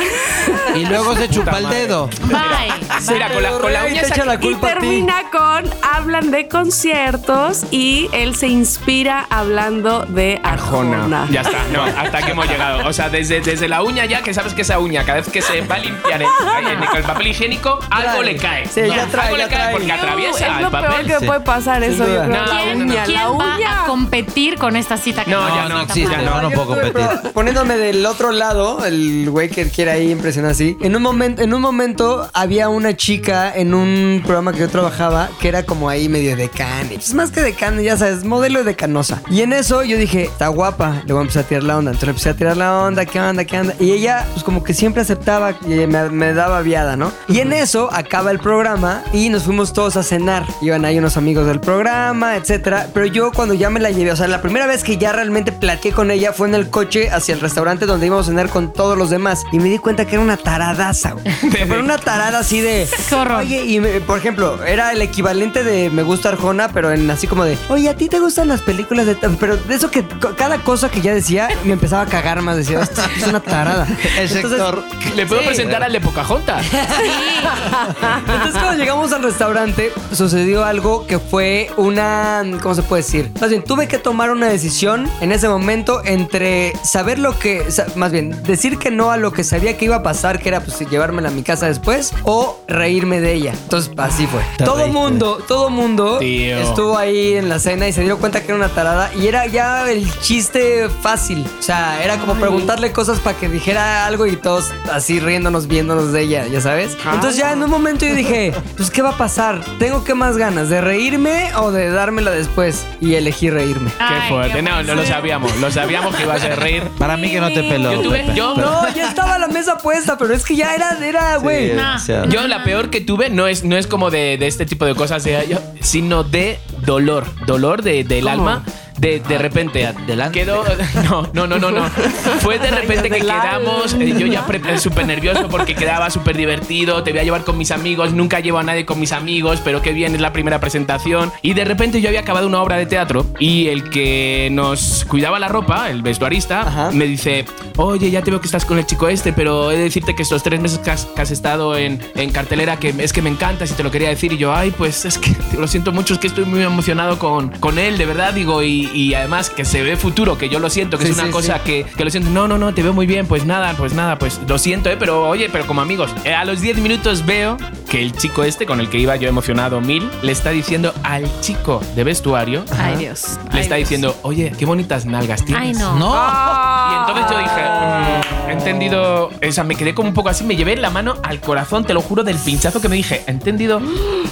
Y luego se chupa el madre. dedo. Bye. Mira, con la, con la uña te echa la y culpa a ti. termina con hablan de conciertos y él se inspira hablando de Arjona. Arjona. Ya está, no, hasta aquí hemos llegado. O sea, desde, desde la uña ya, que sabes que esa uña, cada vez que se va a limpiar el, ahí, con el papel higiénico, algo Trae. le cae. Sí, ya trae, algo ya le cae trae. porque Uh, atraviesa es el lo peor papel. que sí. puede pasar Sin eso, yo duda. creo, No, la ¿Quién, uña, quién la va uña. a competir con esta cita? que No, tenemos? ya no, Está sí, ya mal. no, no puedo Yo estuve competir. pro- Poniéndome del otro lado, el güey que quiere ahí impresionar así. En un momento, en un momento había una chica en un programa que yo trabajaba que era como ahí medio de cane. Es más que de cane, ya sabes, modelo de canosa. Y en eso yo dije, está guapa, le voy a empezar a tirar la onda. Entonces le empecé a tirar la onda, qué onda, qué onda. Y ella, pues como que siempre aceptaba y me, me daba viada, ¿no? Y en eso acaba el programa y nos fuimos todos a cenar. Iban ahí unos amigos del programa, etcétera. Pero yo cuando ya me la llevé, o sea, la primera vez que ya realmente platiqué con ella fue en el coche hacia el restaurante donde íbamos a cenar con todos los demás. Y me di cuenta que era una taradaza, güey. Pero una tarada así de. Qué horror. Oye, y me- por ejemplo, era el equivalente de Me gusta Arjona, pero en así como de, oye, ¿a ti te gustan las películas de.? ta-?" Pero de eso que co- cada cosa que ya decía me empezaba a cagar más. Decía, "Esta es una tarada. El sector. Le puedo presentar al de Pocahontas. Entonces cuando llegamos al restaurante sucedió algo que fue una, ¿cómo se puede decir? Más bien, tuve que tomar una decisión en ese momento entre saber lo que, sa- más bien, decir que no a lo que sabía que iba a pasar, que era pues llevármela a mi casa después, o reírme de ella. Entonces así fue. Te Todo reíste. mundo, todo mundo Tío. estuvo ahí en la cena y se dio cuenta que era una tarada y era ya el chiste fácil. O sea, era como preguntarle cosas para que dijera algo y todos así riéndonos, viéndonos de ella, ya sabes. Entonces ya en un momento yo dije, pues ¿qué va a pasar? ¿Tengo que más ganas? ¿De reírme o de dármela después? Y elegí reírme. Ay, Qué fuerte. No, no lo fuerte. sabíamos. Lo sabíamos que iba a ser reír. Para mí que no te peló. Yo tuve- Pepe. yo- Pero- No, ya estaba la mesa puesta, pero es que ya era, era, güey. Sí, No, demasiado. Yo la peor que tuve no es, no es como de, de este tipo de cosas, de, ay, yo- sino de dolor. Dolor de- del alma. de, de repente Adelante. quedó no no no no no fue de repente que quedamos eh, yo ya pre- eh, súper nervioso porque quedaba súper divertido te voy a llevar con mis amigos nunca llevo a nadie con mis amigos pero qué bien es la primera presentación y de repente yo había acabado una obra de teatro y el que nos cuidaba la ropa el vestuarista Ajá. me dice oye ya te veo que estás con el chico este pero he de decirte que estos tres meses que has, que has estado en, en cartelera que es que me encanta si te lo quería decir y yo ay pues es que lo siento mucho es que estoy muy emocionado con, con él de verdad digo y, y además que se ve futuro que yo lo siento que Sí, es una sí, cosa sí. que, que lo siento no no no te veo muy bien pues nada pues nada pues lo siento eh pero oye pero como amigos Eh, a los 10 minutos veo que el chico este con el que iba yo emocionado mil le está diciendo al chico de vestuario Ay, Dios. le está diciendo oye qué bonitas nalgas tienes Ay, no. No. y entonces yo dije, mm, he entendido. O sea, me quedé como un poco así, me llevé la mano al corazón, te lo juro, del pinchazo que me dije, he entendido.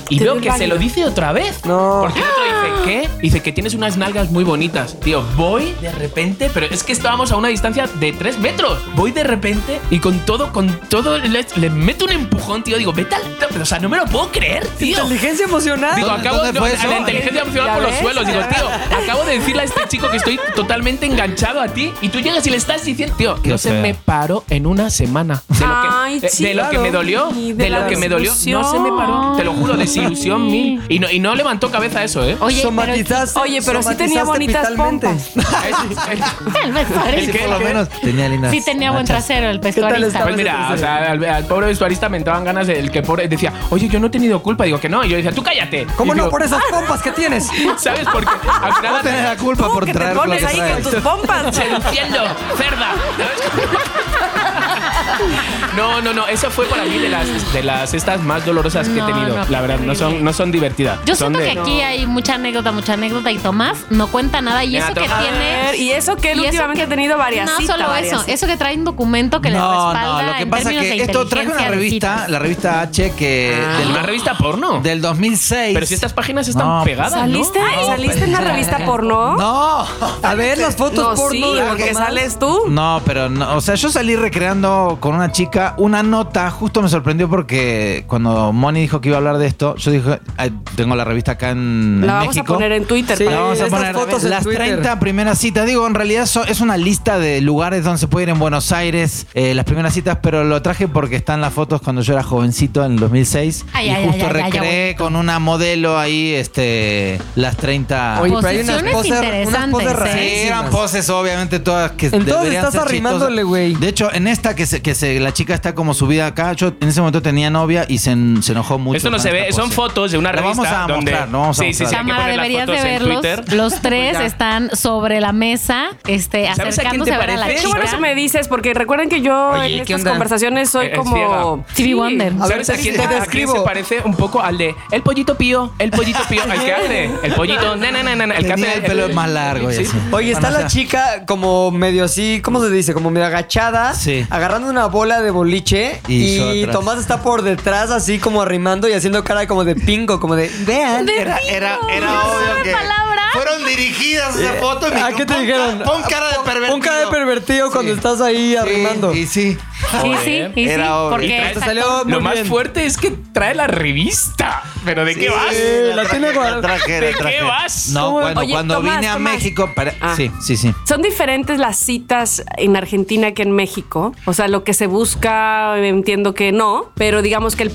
Y Te veo ves que se válido. lo dice otra vez. No. Porque el otro dice, ¿qué? Dice que tienes unas nalgas muy bonitas. Tío, voy de repente, pero es que estábamos a una distancia de 3 metros. Voy de repente y con todo, con todo, le, le meto un empujón, tío. Digo, vete al. O sea, no me lo puedo creer, tío. Inteligencia emocional. Digo, ¿Dónde- acabo de dónde fue eso? la inteligencia emocional ¿Ya por los ves? suelos. Digo, tío, acabo de decirle a este chico que estoy totalmente enganchado a ti y tú llegas y le estás diciendo, tío, Qué no se feo. me paró en una semana. De lo que, Ay, de- de lo que chico. me dolió, Y de, de la lo que me dolió, no se me paró. desilusión. Te lo juro, desilusión mil. Y no, y no levantó cabeza eso, ¿eh? Oye, somatizaste, Oye, pero sí tenía somatizaste bonitas vitalmente. pompas. Es- es- pero me ¿El parece. qué? Por lo menos tenía lindas. Sí tenía buen nachas. trasero el tal pescadista. estaba? Pues mira, o sea, al, al pobre vestuarista me entraban ganas del que pobre decía, oye, yo no he tenido culpa. Digo que no. Y yo decía, tú cállate. ¿Cómo Y no digo, por esas pompas que tienes? ¿Sabes? Porque al final No tenés la culpa ¿Cómo por que te traer lo que pones ahí con traes. tus pompas? Seduciendo, cerda. No, no, no, eso fue para mí de las, de las estas más dolorosas que he No, tenido. no, la verdad, no son, no son divertidas. Yo son siento de- que aquí hay mucha anécdota, mucha anécdota y Tomás no cuenta nada y Mira, eso que Tomás. tiene... Y eso que él y eso últimamente que- ha tenido varias No citas, solo varias eso, citas. eso que trae un documento que le No, respalda no, lo que en pasa términos que de esto traje una inteligencia revista, artificial. la revista H, que ¿De una revista porno? del, del 2006. Pero si estas páginas están No, pues, pegadas, ¿no? ¿Saliste, ¿saliste en una revista porno? No, ¿Oh? A ver, las No, fotos porno. sí, de porque Tomás. sales tú. No, pero no, o sea, yo salí recreando con una chica una nota, justo me sorprendió porque cuando Moni dijo que iba a hablar de esto, yo dije, "Ay, tengo la revista acá en La en vamos a México". poner en Twitter. Sí. para- La vamos a Estas poner fotos en las Twitter. 30 primeras citas. Digo, en realidad so- es una lista de lugares donde se puede ir en Buenos Aires, eh, las primeras citas, pero lo traje porque están las fotos cuando yo era jovencito en 2006 Ay, y ay, justo ay, ay, ay, recreé con una modelo ahí este las 30 Oye, pero hay unas Posiciones poses, unas interesantes, poses ¿eh? Sí, eran rarísimas. poses, obviamente, todas que Entonces deberían estás ser chistosas. arrimándole, güey. De hecho, en esta que, se- que se- la chica está como subida acá, yo en ese momento tenía novia y se, en- se enojó mucho. Esto no con se esta ve, son pose. fotos de una Lo revista. vamos a donde- mostrar, lo vamos a sí, sí, sí, hay que Cámara, poner las deberías de fotos en verlos. Twitter. Los tres están sobre la mesa, este, ¿Sabes a quién acercándose te a, ver a la parece? chica. Qué bueno que me dices, porque recuerden que yo Oye, en ¿qué estas onda? conversaciones soy Eres como... ciega. Stevie Wonder. A ver, ¿Sabes a te, quién, te a quién se describo. parece un poco al de el pollito pío, el pollito pío, el que hace, el pollito, na, na, na, na, na, el que Tenía hace el pelo más largo y Sí. así. Oye, está Bueno, la o sea, chica como medio así, ¿cómo se dice? Como medio agachada, Sí. agarrando una bola de boliche Y yo y, atrás. Tomás está por detrás así como arrimando y haciendo cara como de pingo, como de, vean. Era, era, era No sabe obvio que palabra. fueron dirigidas esa foto y me ¿A Ah, qué te "Pon dijeron? ca- Pon cara de pervertido. Un cara de pervertido cuando estás ahí arrimando. Eh, Sí, y sí. Y Joder, sí, y sí, era obvio. porque Y Te esa- salió muy Lo más bien. fuerte es que trae la revista. ¿Pero de qué vas? Eh, la tiene guardada. traje, ¿De qué vas? No, bueno, Oye, cuando Tomás, vine a Tomás. México para... Ah. Sí, sí, sí. Son diferentes las citas en Argentina que en México. O sea, lo que se busca, entiendo que no, pero digamos que el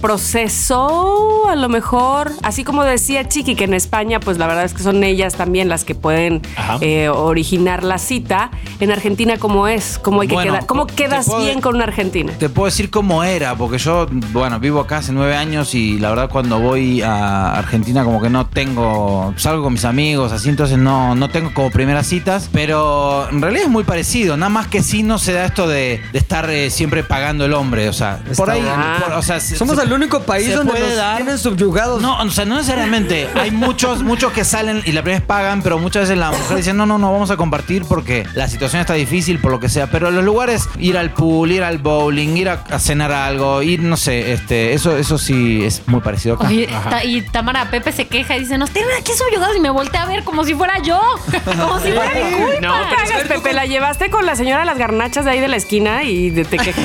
proceso, a lo mejor, así como decía Chiqui, que en España, pues la verdad es que son ellas también las que pueden Ajá. eh, originar la cita. En Argentina, ¿cómo es? ¿Cómo hay que Bueno, quedar? ¿Cómo te quedas puedo- bien con una argentina? Te puedo decir cómo era, porque yo, bueno, vivo acá hace nueve años y la verdad cuando voy a Argentina como que no tengo, salgo con mis amigos, así, entonces no, no tengo como primeras citas, pero en realidad es muy parecido, nada más que sí no se da esto de, de estar eh, siempre pagando el hombre, o sea, por ahí, bien. por- o sea, se- Somos se- el único país se donde puede nos dar. tienen subyugados. No, o sea, no necesariamente. Hay muchos, muchos que salen y la primera vez pagan, pero muchas veces la mujer dice, no, no, no, vamos a compartir porque la situación está difícil, por lo que sea. Pero los lugares, ir al pool, ir al bowling, ir a, a cenar algo, ir, no sé, este, eso, eso sí es muy parecido acá. Oye, Ta- y Tamara Pepe se queja y dice, nos tienen aquí subyugados y me volteé a ver como si fuera yo. Como si fuera mi culpa. No, No te hagas, Pepe, la llevaste con la señora de las garnachas de ahí de la esquina y de- te quejas.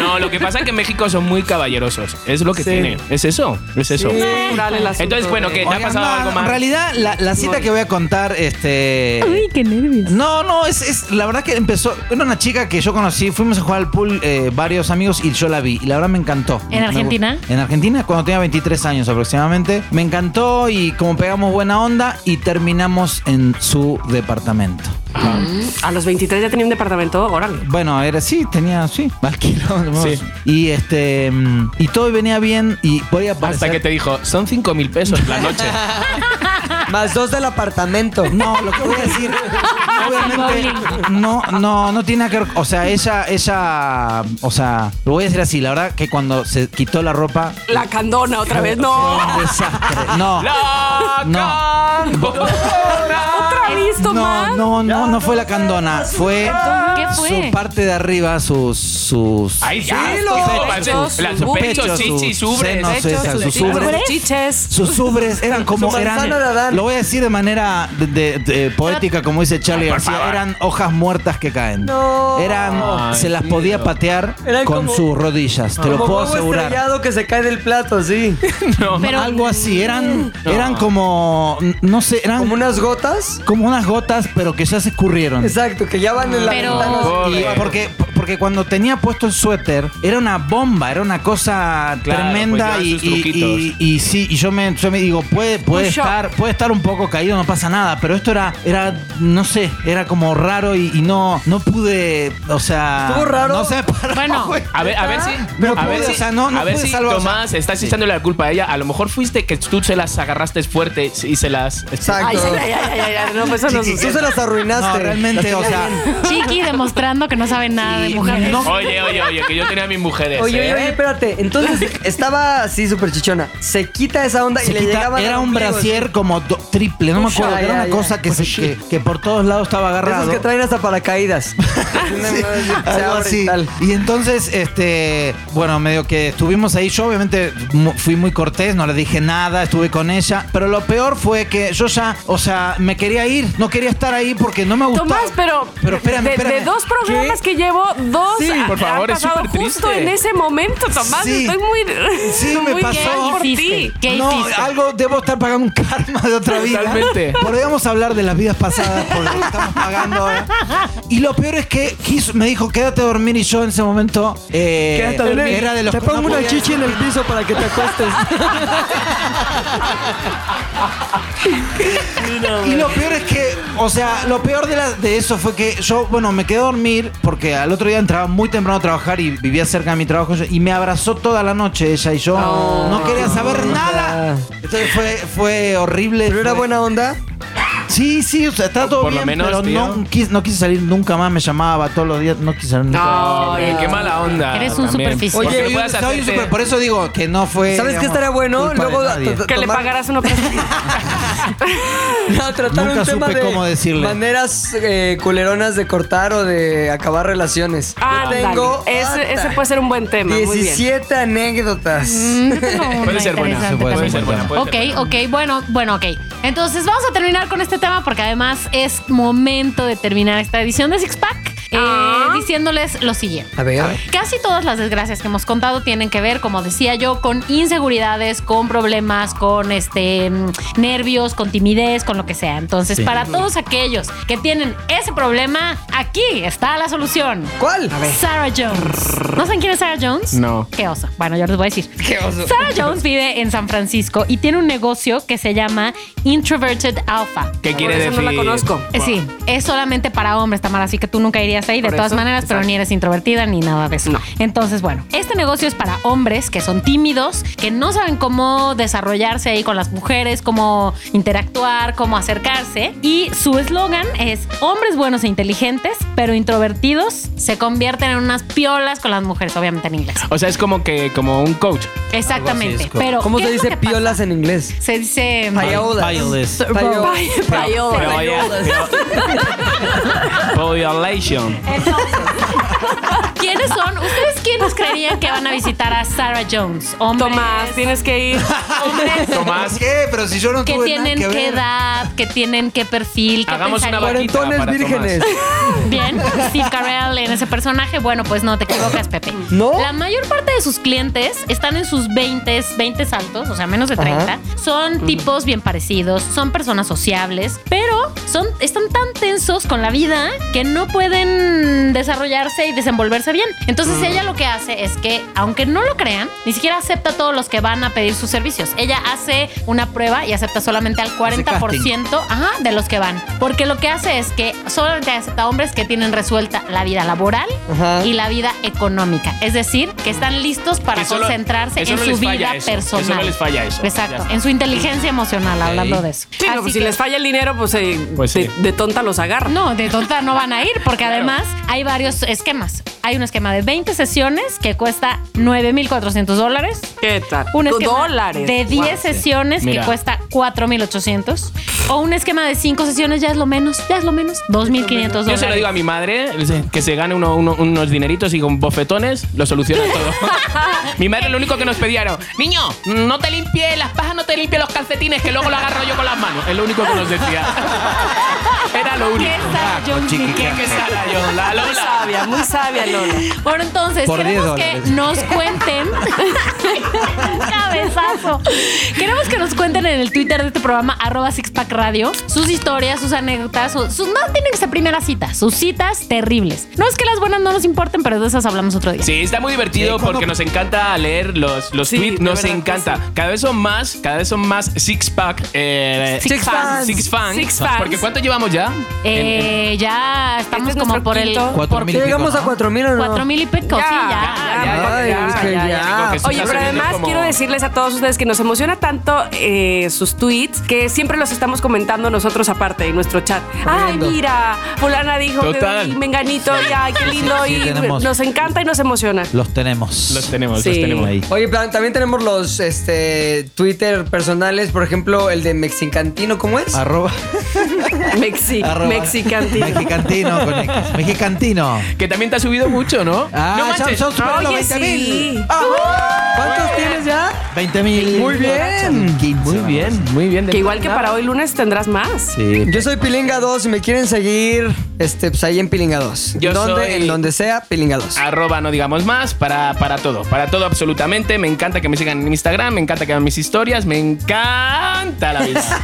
No, lo que pasa es que en México son muy caballerosos. Es lo que tiene. Es eso. Es eso. Dale el asunto ¿eh? Entonces, bueno, de- ¿qué? ¿Te ha Oigan, pasado no, algo no, más? En realidad, la, la cita que voy a contar, este. Uy, qué nervios. No, no, es, es- la verdad que empezó. Era una chica que yo conocí, fuimos a jugar al pool eh, varios amigos y yo la vi. Y la verdad me encantó. ¿En Me- Argentina? En Argentina, cuando tenía 23 años aproximadamente. Me encantó y como pegamos buena onda y terminamos en su departamento. A los 23 ya tenía un departamento, órale. Bueno, era sí, tenía, sí, alquilado. Sí. Y este. mm, Y todo venía bien y podía Hasta parecer- que te dijo, son cinco mil pesos la noche. Más dos del apartamento. No, lo que voy a decir, obviamente, no, no, no tiene nada que ver. O sea, ella, ella, o sea, lo voy a decir así, la verdad que cuando se quitó la ropa, La candona otra vez, no. fue un desastre. No. ¡La No. candona! ¿Otra vez, Tomás? No, no, no, no fue la candona, fue ¿Qué fue? su parte de arriba, sus, sus. Ahí ya. Sí, los Ojo, pechos, la- sus sus pechos, pechos, sus chichis, ubres. senos, Pechos, esas, sus- sus ubres. Chiches. Sus ubres eran como Su eran. manzana de Adán. Lo voy a decir de manera de- de- de poética, como dice Charlie Ay, Ah, por García. favor. Eran hojas muertas que caen. No. Eran. Ay, se las podía patear Eran con como- sus rodillas. Te lo Como puedo huevo asegurar. estrellado que se cae del plato, sí. No. Pero- Algo así. Eran. No. Eran como. No sé, eran Como como, unas gotas. unas gotas, pero que ya se escurrieron. Exacto, que ya van en la Pero- ventana. Y Pobre. porque, porque cuando tenía puesto el suéter, era una bomba, era una cosa Claro, tremenda. pues, y, ya, sus y- y- truquitos. y sí, y yo me, yo me digo, puede, puede, Pues Un shock. estar, puede estar un poco caído, no pasa nada. Pero esto era, era no sé, era como raro y, y no, no pude, o sea. Estuvo raro. No sé, para- Bueno, A ver, a ver si, Pero Ah, a ver pude, si, o sea, no- no a ver pude si salvar- Tomás, estás echándole la culpa a ella. A lo mejor fuiste que tú se las agarraste fuerte y se las. este, Ay, Exacto. sí, ay, ay, ay, ay, no, pues eso no Chiqui, tú sucede. se las arruinaste. No, realmente, Las o sea. tenías bien. Chiqui demostrando que no sabe nada de y mujeres. no- Oye, oye, oye, que yo tenía a mis mujeres. Oye, ¿eh? oye, oye, espérate. Entonces estaba así súper chichona. Se quita esa onda se y le quita- llegaba. era un brasier como do- triple, no me acuerdo, Ah, era ya, una ya. cosa que, se- que, que por todos lados estaba Esos agarrado. que traen hasta paracaídas. Sí, Se algo abre así. y tal. Y entonces, este, bueno, medio que estuvimos ahí. Yo obviamente mu- fui muy cortés, no le dije nada, estuve con ella. Pero lo peor fue que yo ya, o sea, me quería ir, no quería estar ahí porque no me gustaba. Tomás, pero, Pero espérame, de, espérame. de dos programas ¿Qué? que llevo, dos Sí, ha- por favor, han es pasado súper justo triste. en ese momento, Tomás. Sí. Estoy muy, Sí, me muy pasó. mal por ¿Qué hiciste? ti. ¿Qué no, ah, hiciste? algo debo estar pagando un karma de otra vida. Totalmente. Podríamos hablar de las vidas pasadas por lo que estamos pagando ahora. Y lo peor es que quiso- me dijo, quédate a dormir. Y yo en ese momento eh, Quédate a dormir. era de los Te que pongo no una podía- chichi en el piso para que te acuestes. Y lo peor es que, o sea, lo peor de, la- de eso fue que yo, bueno, me quedé a dormir porque al otro día entraba muy temprano a trabajar y vivía cerca de mi trabajo y me abrazó toda la noche ella y yo no quería saber nada. Entonces fue, fue horrible. Pero era fue- buena onda. Sí, sí, o sea, estaba todo Por lo bien, menos, pero tío. no quis- no quise salir nunca más, me llamaba todos los días, no quise salir nunca más. Oye, qué mala onda. Eres un también. superficial. Porque Oye, no Soy un- puedas soy un hacerte- super- por eso digo que no fue. ¿Sabes qué digamos, estaría bueno? culpa de Luego nadie. to- to- Que le tomar- pagaras una operación. No, tratar Nunca un tema supe de cómo decirle. maneras eh, culeronas de cortar o de acabar relaciones. Ah, Yo tengo ese, ese ata, puede ser un buen tema. Muy bien. 17 anécdotas. Mm, yo tengo una Puede ser buena, interesante puede también. ser buena, puede Ok, ser buena. ok, bueno, bueno, ok. Entonces vamos a terminar con este tema porque además es momento de terminar esta edición de Six Pack eh, Ah. diciéndoles lo siguiente. A ver. Casi todas las desgracias que hemos contado tienen que ver, como decía yo, con inseguridades, con problemas, con este mm, nervios, con timidez, con lo que sea. Entonces, para todos aquellos que tienen ese problema, aquí está la solución. ¿Cuál? A Sarah Jones. ¿No saben quién es Sarah Jones? No. Qué oso. Bueno, yo les voy a decir. Sarah Jones vive en San Francisco y tiene un negocio que se llama Introverted Alpha. ¿Qué quiere eso no decir? la conozco. Eh, Sí, es solamente para hombres, Tamara, así que tú nunca irías ahí de Por todas eso, maneras, pero exacto. ni eres introvertida ni nada de eso. No. Entonces, bueno, este negocio es para hombres que son tímidos, que no saben cómo desarrollarse ahí con las mujeres, cómo interactuar, cómo acercarse. Y su eslogan es hombres buenos e inteligentes, pero introvertidos se convierten en unas piolas con las mujeres, obviamente en inglés. O sea, es como que como un coach. Exactamente. es como- pero ¿Cómo ¿qué se es lo dice que pasa? piolas en inglés? Se dice Payolas. Payolas. Payolas. Este Payola. Pero oye, pero- Violation. Entonces, ¿Quiénes son? ¿Ustedes quiénes creerían que van a visitar a Sarah Jones? Hombres Tomás, tienes que ir. Tomás, ¿Qué? Pero si yo no que tuve Pues, nada tienen que qué ver. edad, que tienen qué perfil, qué hagamos una pensarían? vaquita Cuarentones para vírgenes. Tomás. Bien, Steve Carell en ese personaje, bueno, pues no, te equivocas, Pepe. ¿No? La mayor parte de sus clientes están en sus 20, 20 altos, o sea, menos de 30. Ajá. Son tipos bien parecidos, son personas sociables, pero son, están tan tensos con la vida que no pueden desarrollarse y desenvolverse bien. Mm. Entonces ella lo que hace es que, aunque no lo crean, ni siquiera acepta a todos los que van a pedir sus servicios. Ella hace una prueba y acepta solamente al 40% ajá, de los que van. Porque lo que hace es que solamente acepta hombres que tienen resuelta la vida laboral Ajá. y la vida económica. Es decir, que están listos para Eso no- concentrarse eso en no su les falla vida eso, personal. eso no les falla eso. Ya Exacto, está. en su inteligencia emocional, hablando de eso. Sí, no, Así pues si que- les falla el dinero, pues, eh, Pues de, sí. de tonta los agarra. No, de tonta no van a ir, porque además hay varios esquemas. Hay un esquema de 20 sesiones que cuesta 9.400 dólares. ¿Qué tal? Un esquema Dólares. de 10 Guau. sesiones Mira. que cuesta 4.800. O un esquema de 5 sesiones, ya es lo menos, ya es lo menos, 2.500 dólares. Yo se lo digo a mi madre, que se gane uno- uno- unos dineritos y con bofetones lo soluciona todo. mi madre lo único que nos pedía era, niño, no te limpie las pajas, no te limpie los calcetines, que luego lo agarro yo con las manos. Es lo único que nos decía. era lo único. ¿Qué Sarah Jones ni qué? ¿Qué Sara yo? La Muy Lola. sabia, muy sabia, Lola. Bueno, entonces, Por 10 queremos que dólares. nos cuenten. Cabezazo. Queremos que nos cuenten en el Twitter de este programa, arroba Sixpack Radio, sus historias, sus anécdotas, su- sus. No tienen que ser primeras citas, sus citas terribles. No es que las buenas no nos importen, pero de esas hablamos otro día. Sí, está muy divertido Sí, ¿cómo? porque nos encanta leer los, los Sí, tweets, de nos verdad que encanta. Cada vez son más, cada vez son más six pack. eh, Six fans. Six fans. Six fans. Porque ¿cuánto llevamos ya? En- en- Eh, ya estamos Este es como nuestro por el. quinto. por Cuatro mil y ¿Ya pico, llegamos a ¿no? 4000 o no? cuatro mil y pico, sí, ya. Ya, ya, Ay, ya, es ya, que ya, ya. Digo que Oye, está pero saliendo además como- quiero decirles a todos ustedes que nos emociona tanto eh, sus tweets que siempre los estamos comentando nosotros aparte en nuestro chat. Ay, Corriendo. mira, fulana dijo Total. que y menganito, y ay, qué lindo. sí, y tenemos. nos encanta y nos emociona. Los tenemos. Los tenemos, Sí. los tenemos. Ahí. Oye, plan, también tenemos los este, Twitter personales, por ejemplo, el de Mexincantino, ¿cómo es? Arroba. Mexi, arroba- mexicantino. Mexicantino. con X. Mexicantino. Que también te ha subido mucho, ¿no? Ah, no ya manches. son superando Oye, 20 mil. sí. Ah, ¿Cuántos tienes ya? 20 mil. Muy bien. Muy bien, muy bien. Que igual que para hoy lunes tendrás más. Sí. Yo soy Pilinga 2, si me quieren seguir, este, pues ahí en Pilinga 2. Yo ¿Dónde? soy- Ah, En donde sea, Pilinga 2. Arroba, no digamos más, para, para todo, para todo absolutamente. Me encanta que me sigan en Instagram, me encanta que vean mis historias, me encanta la vida.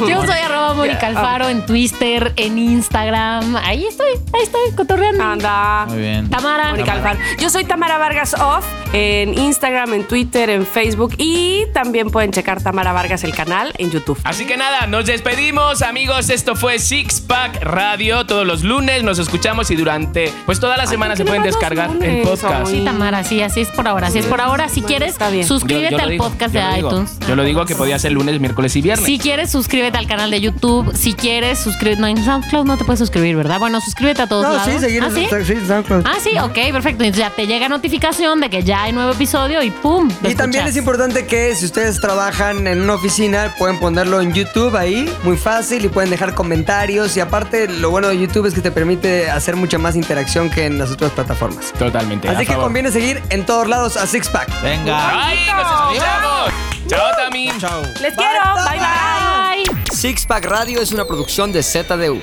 Yo soy arroba Mónica Alfaro en Twitter, en Instagram. Ahí estoy, ahí estoy, cotorreando. Anda. Muy bien. Tamara. Mónica Alfaro. Yo soy Tamara Vargas Off en Instagram, en Twitter, en Facebook y también pueden checar Tamara Vargas el canal en YouTube. Así que nada, nos despedimos, amigos. Esto fue Six Pack Radio. Todos los lunes nos escuchamos y durante, pues toda la semana se ¿por qué pueden le vas los descargar el lunes? podcast. Sí, Tamara, sí, así es por ahora. Así es por ahora. Si quieres, está bien. Yo- suscríbete yo lo al digo, podcast yo de lo digo. iTunes. Yo lo digo que podía ser lunes, miércoles y viernes. Si quieres, suscríbete al canal de YouTube. Si quieres, suscríbete. No, en SoundCloud no te puedes suscribir, ¿verdad? Bueno, suscríbete a todos No, lados. sí, seguir ¿Ah, en sí? sí, SoundCloud. Ah, sí, ok, perfecto. Entonces ya te llega notificación de que ya hay nuevo episodio y ¡pum! lo Y también escuchas. es importante que si ustedes trabajan en una oficina, pueden ponerlo en YouTube ahí, muy fácil, y pueden dejar comentarios. Y aparte, lo bueno de YouTube es que te permite hacer mucha más interacción que en las otras plataformas. Totalmente. a Así que favor. conviene seguir en todos lados a Sixpack. Venga. ¡Ay, nos escuchamos! ¡Chao, Tami! Chao. Les quiero. Bye bye. Bye. Sixpack Radio es una producción de ZDU.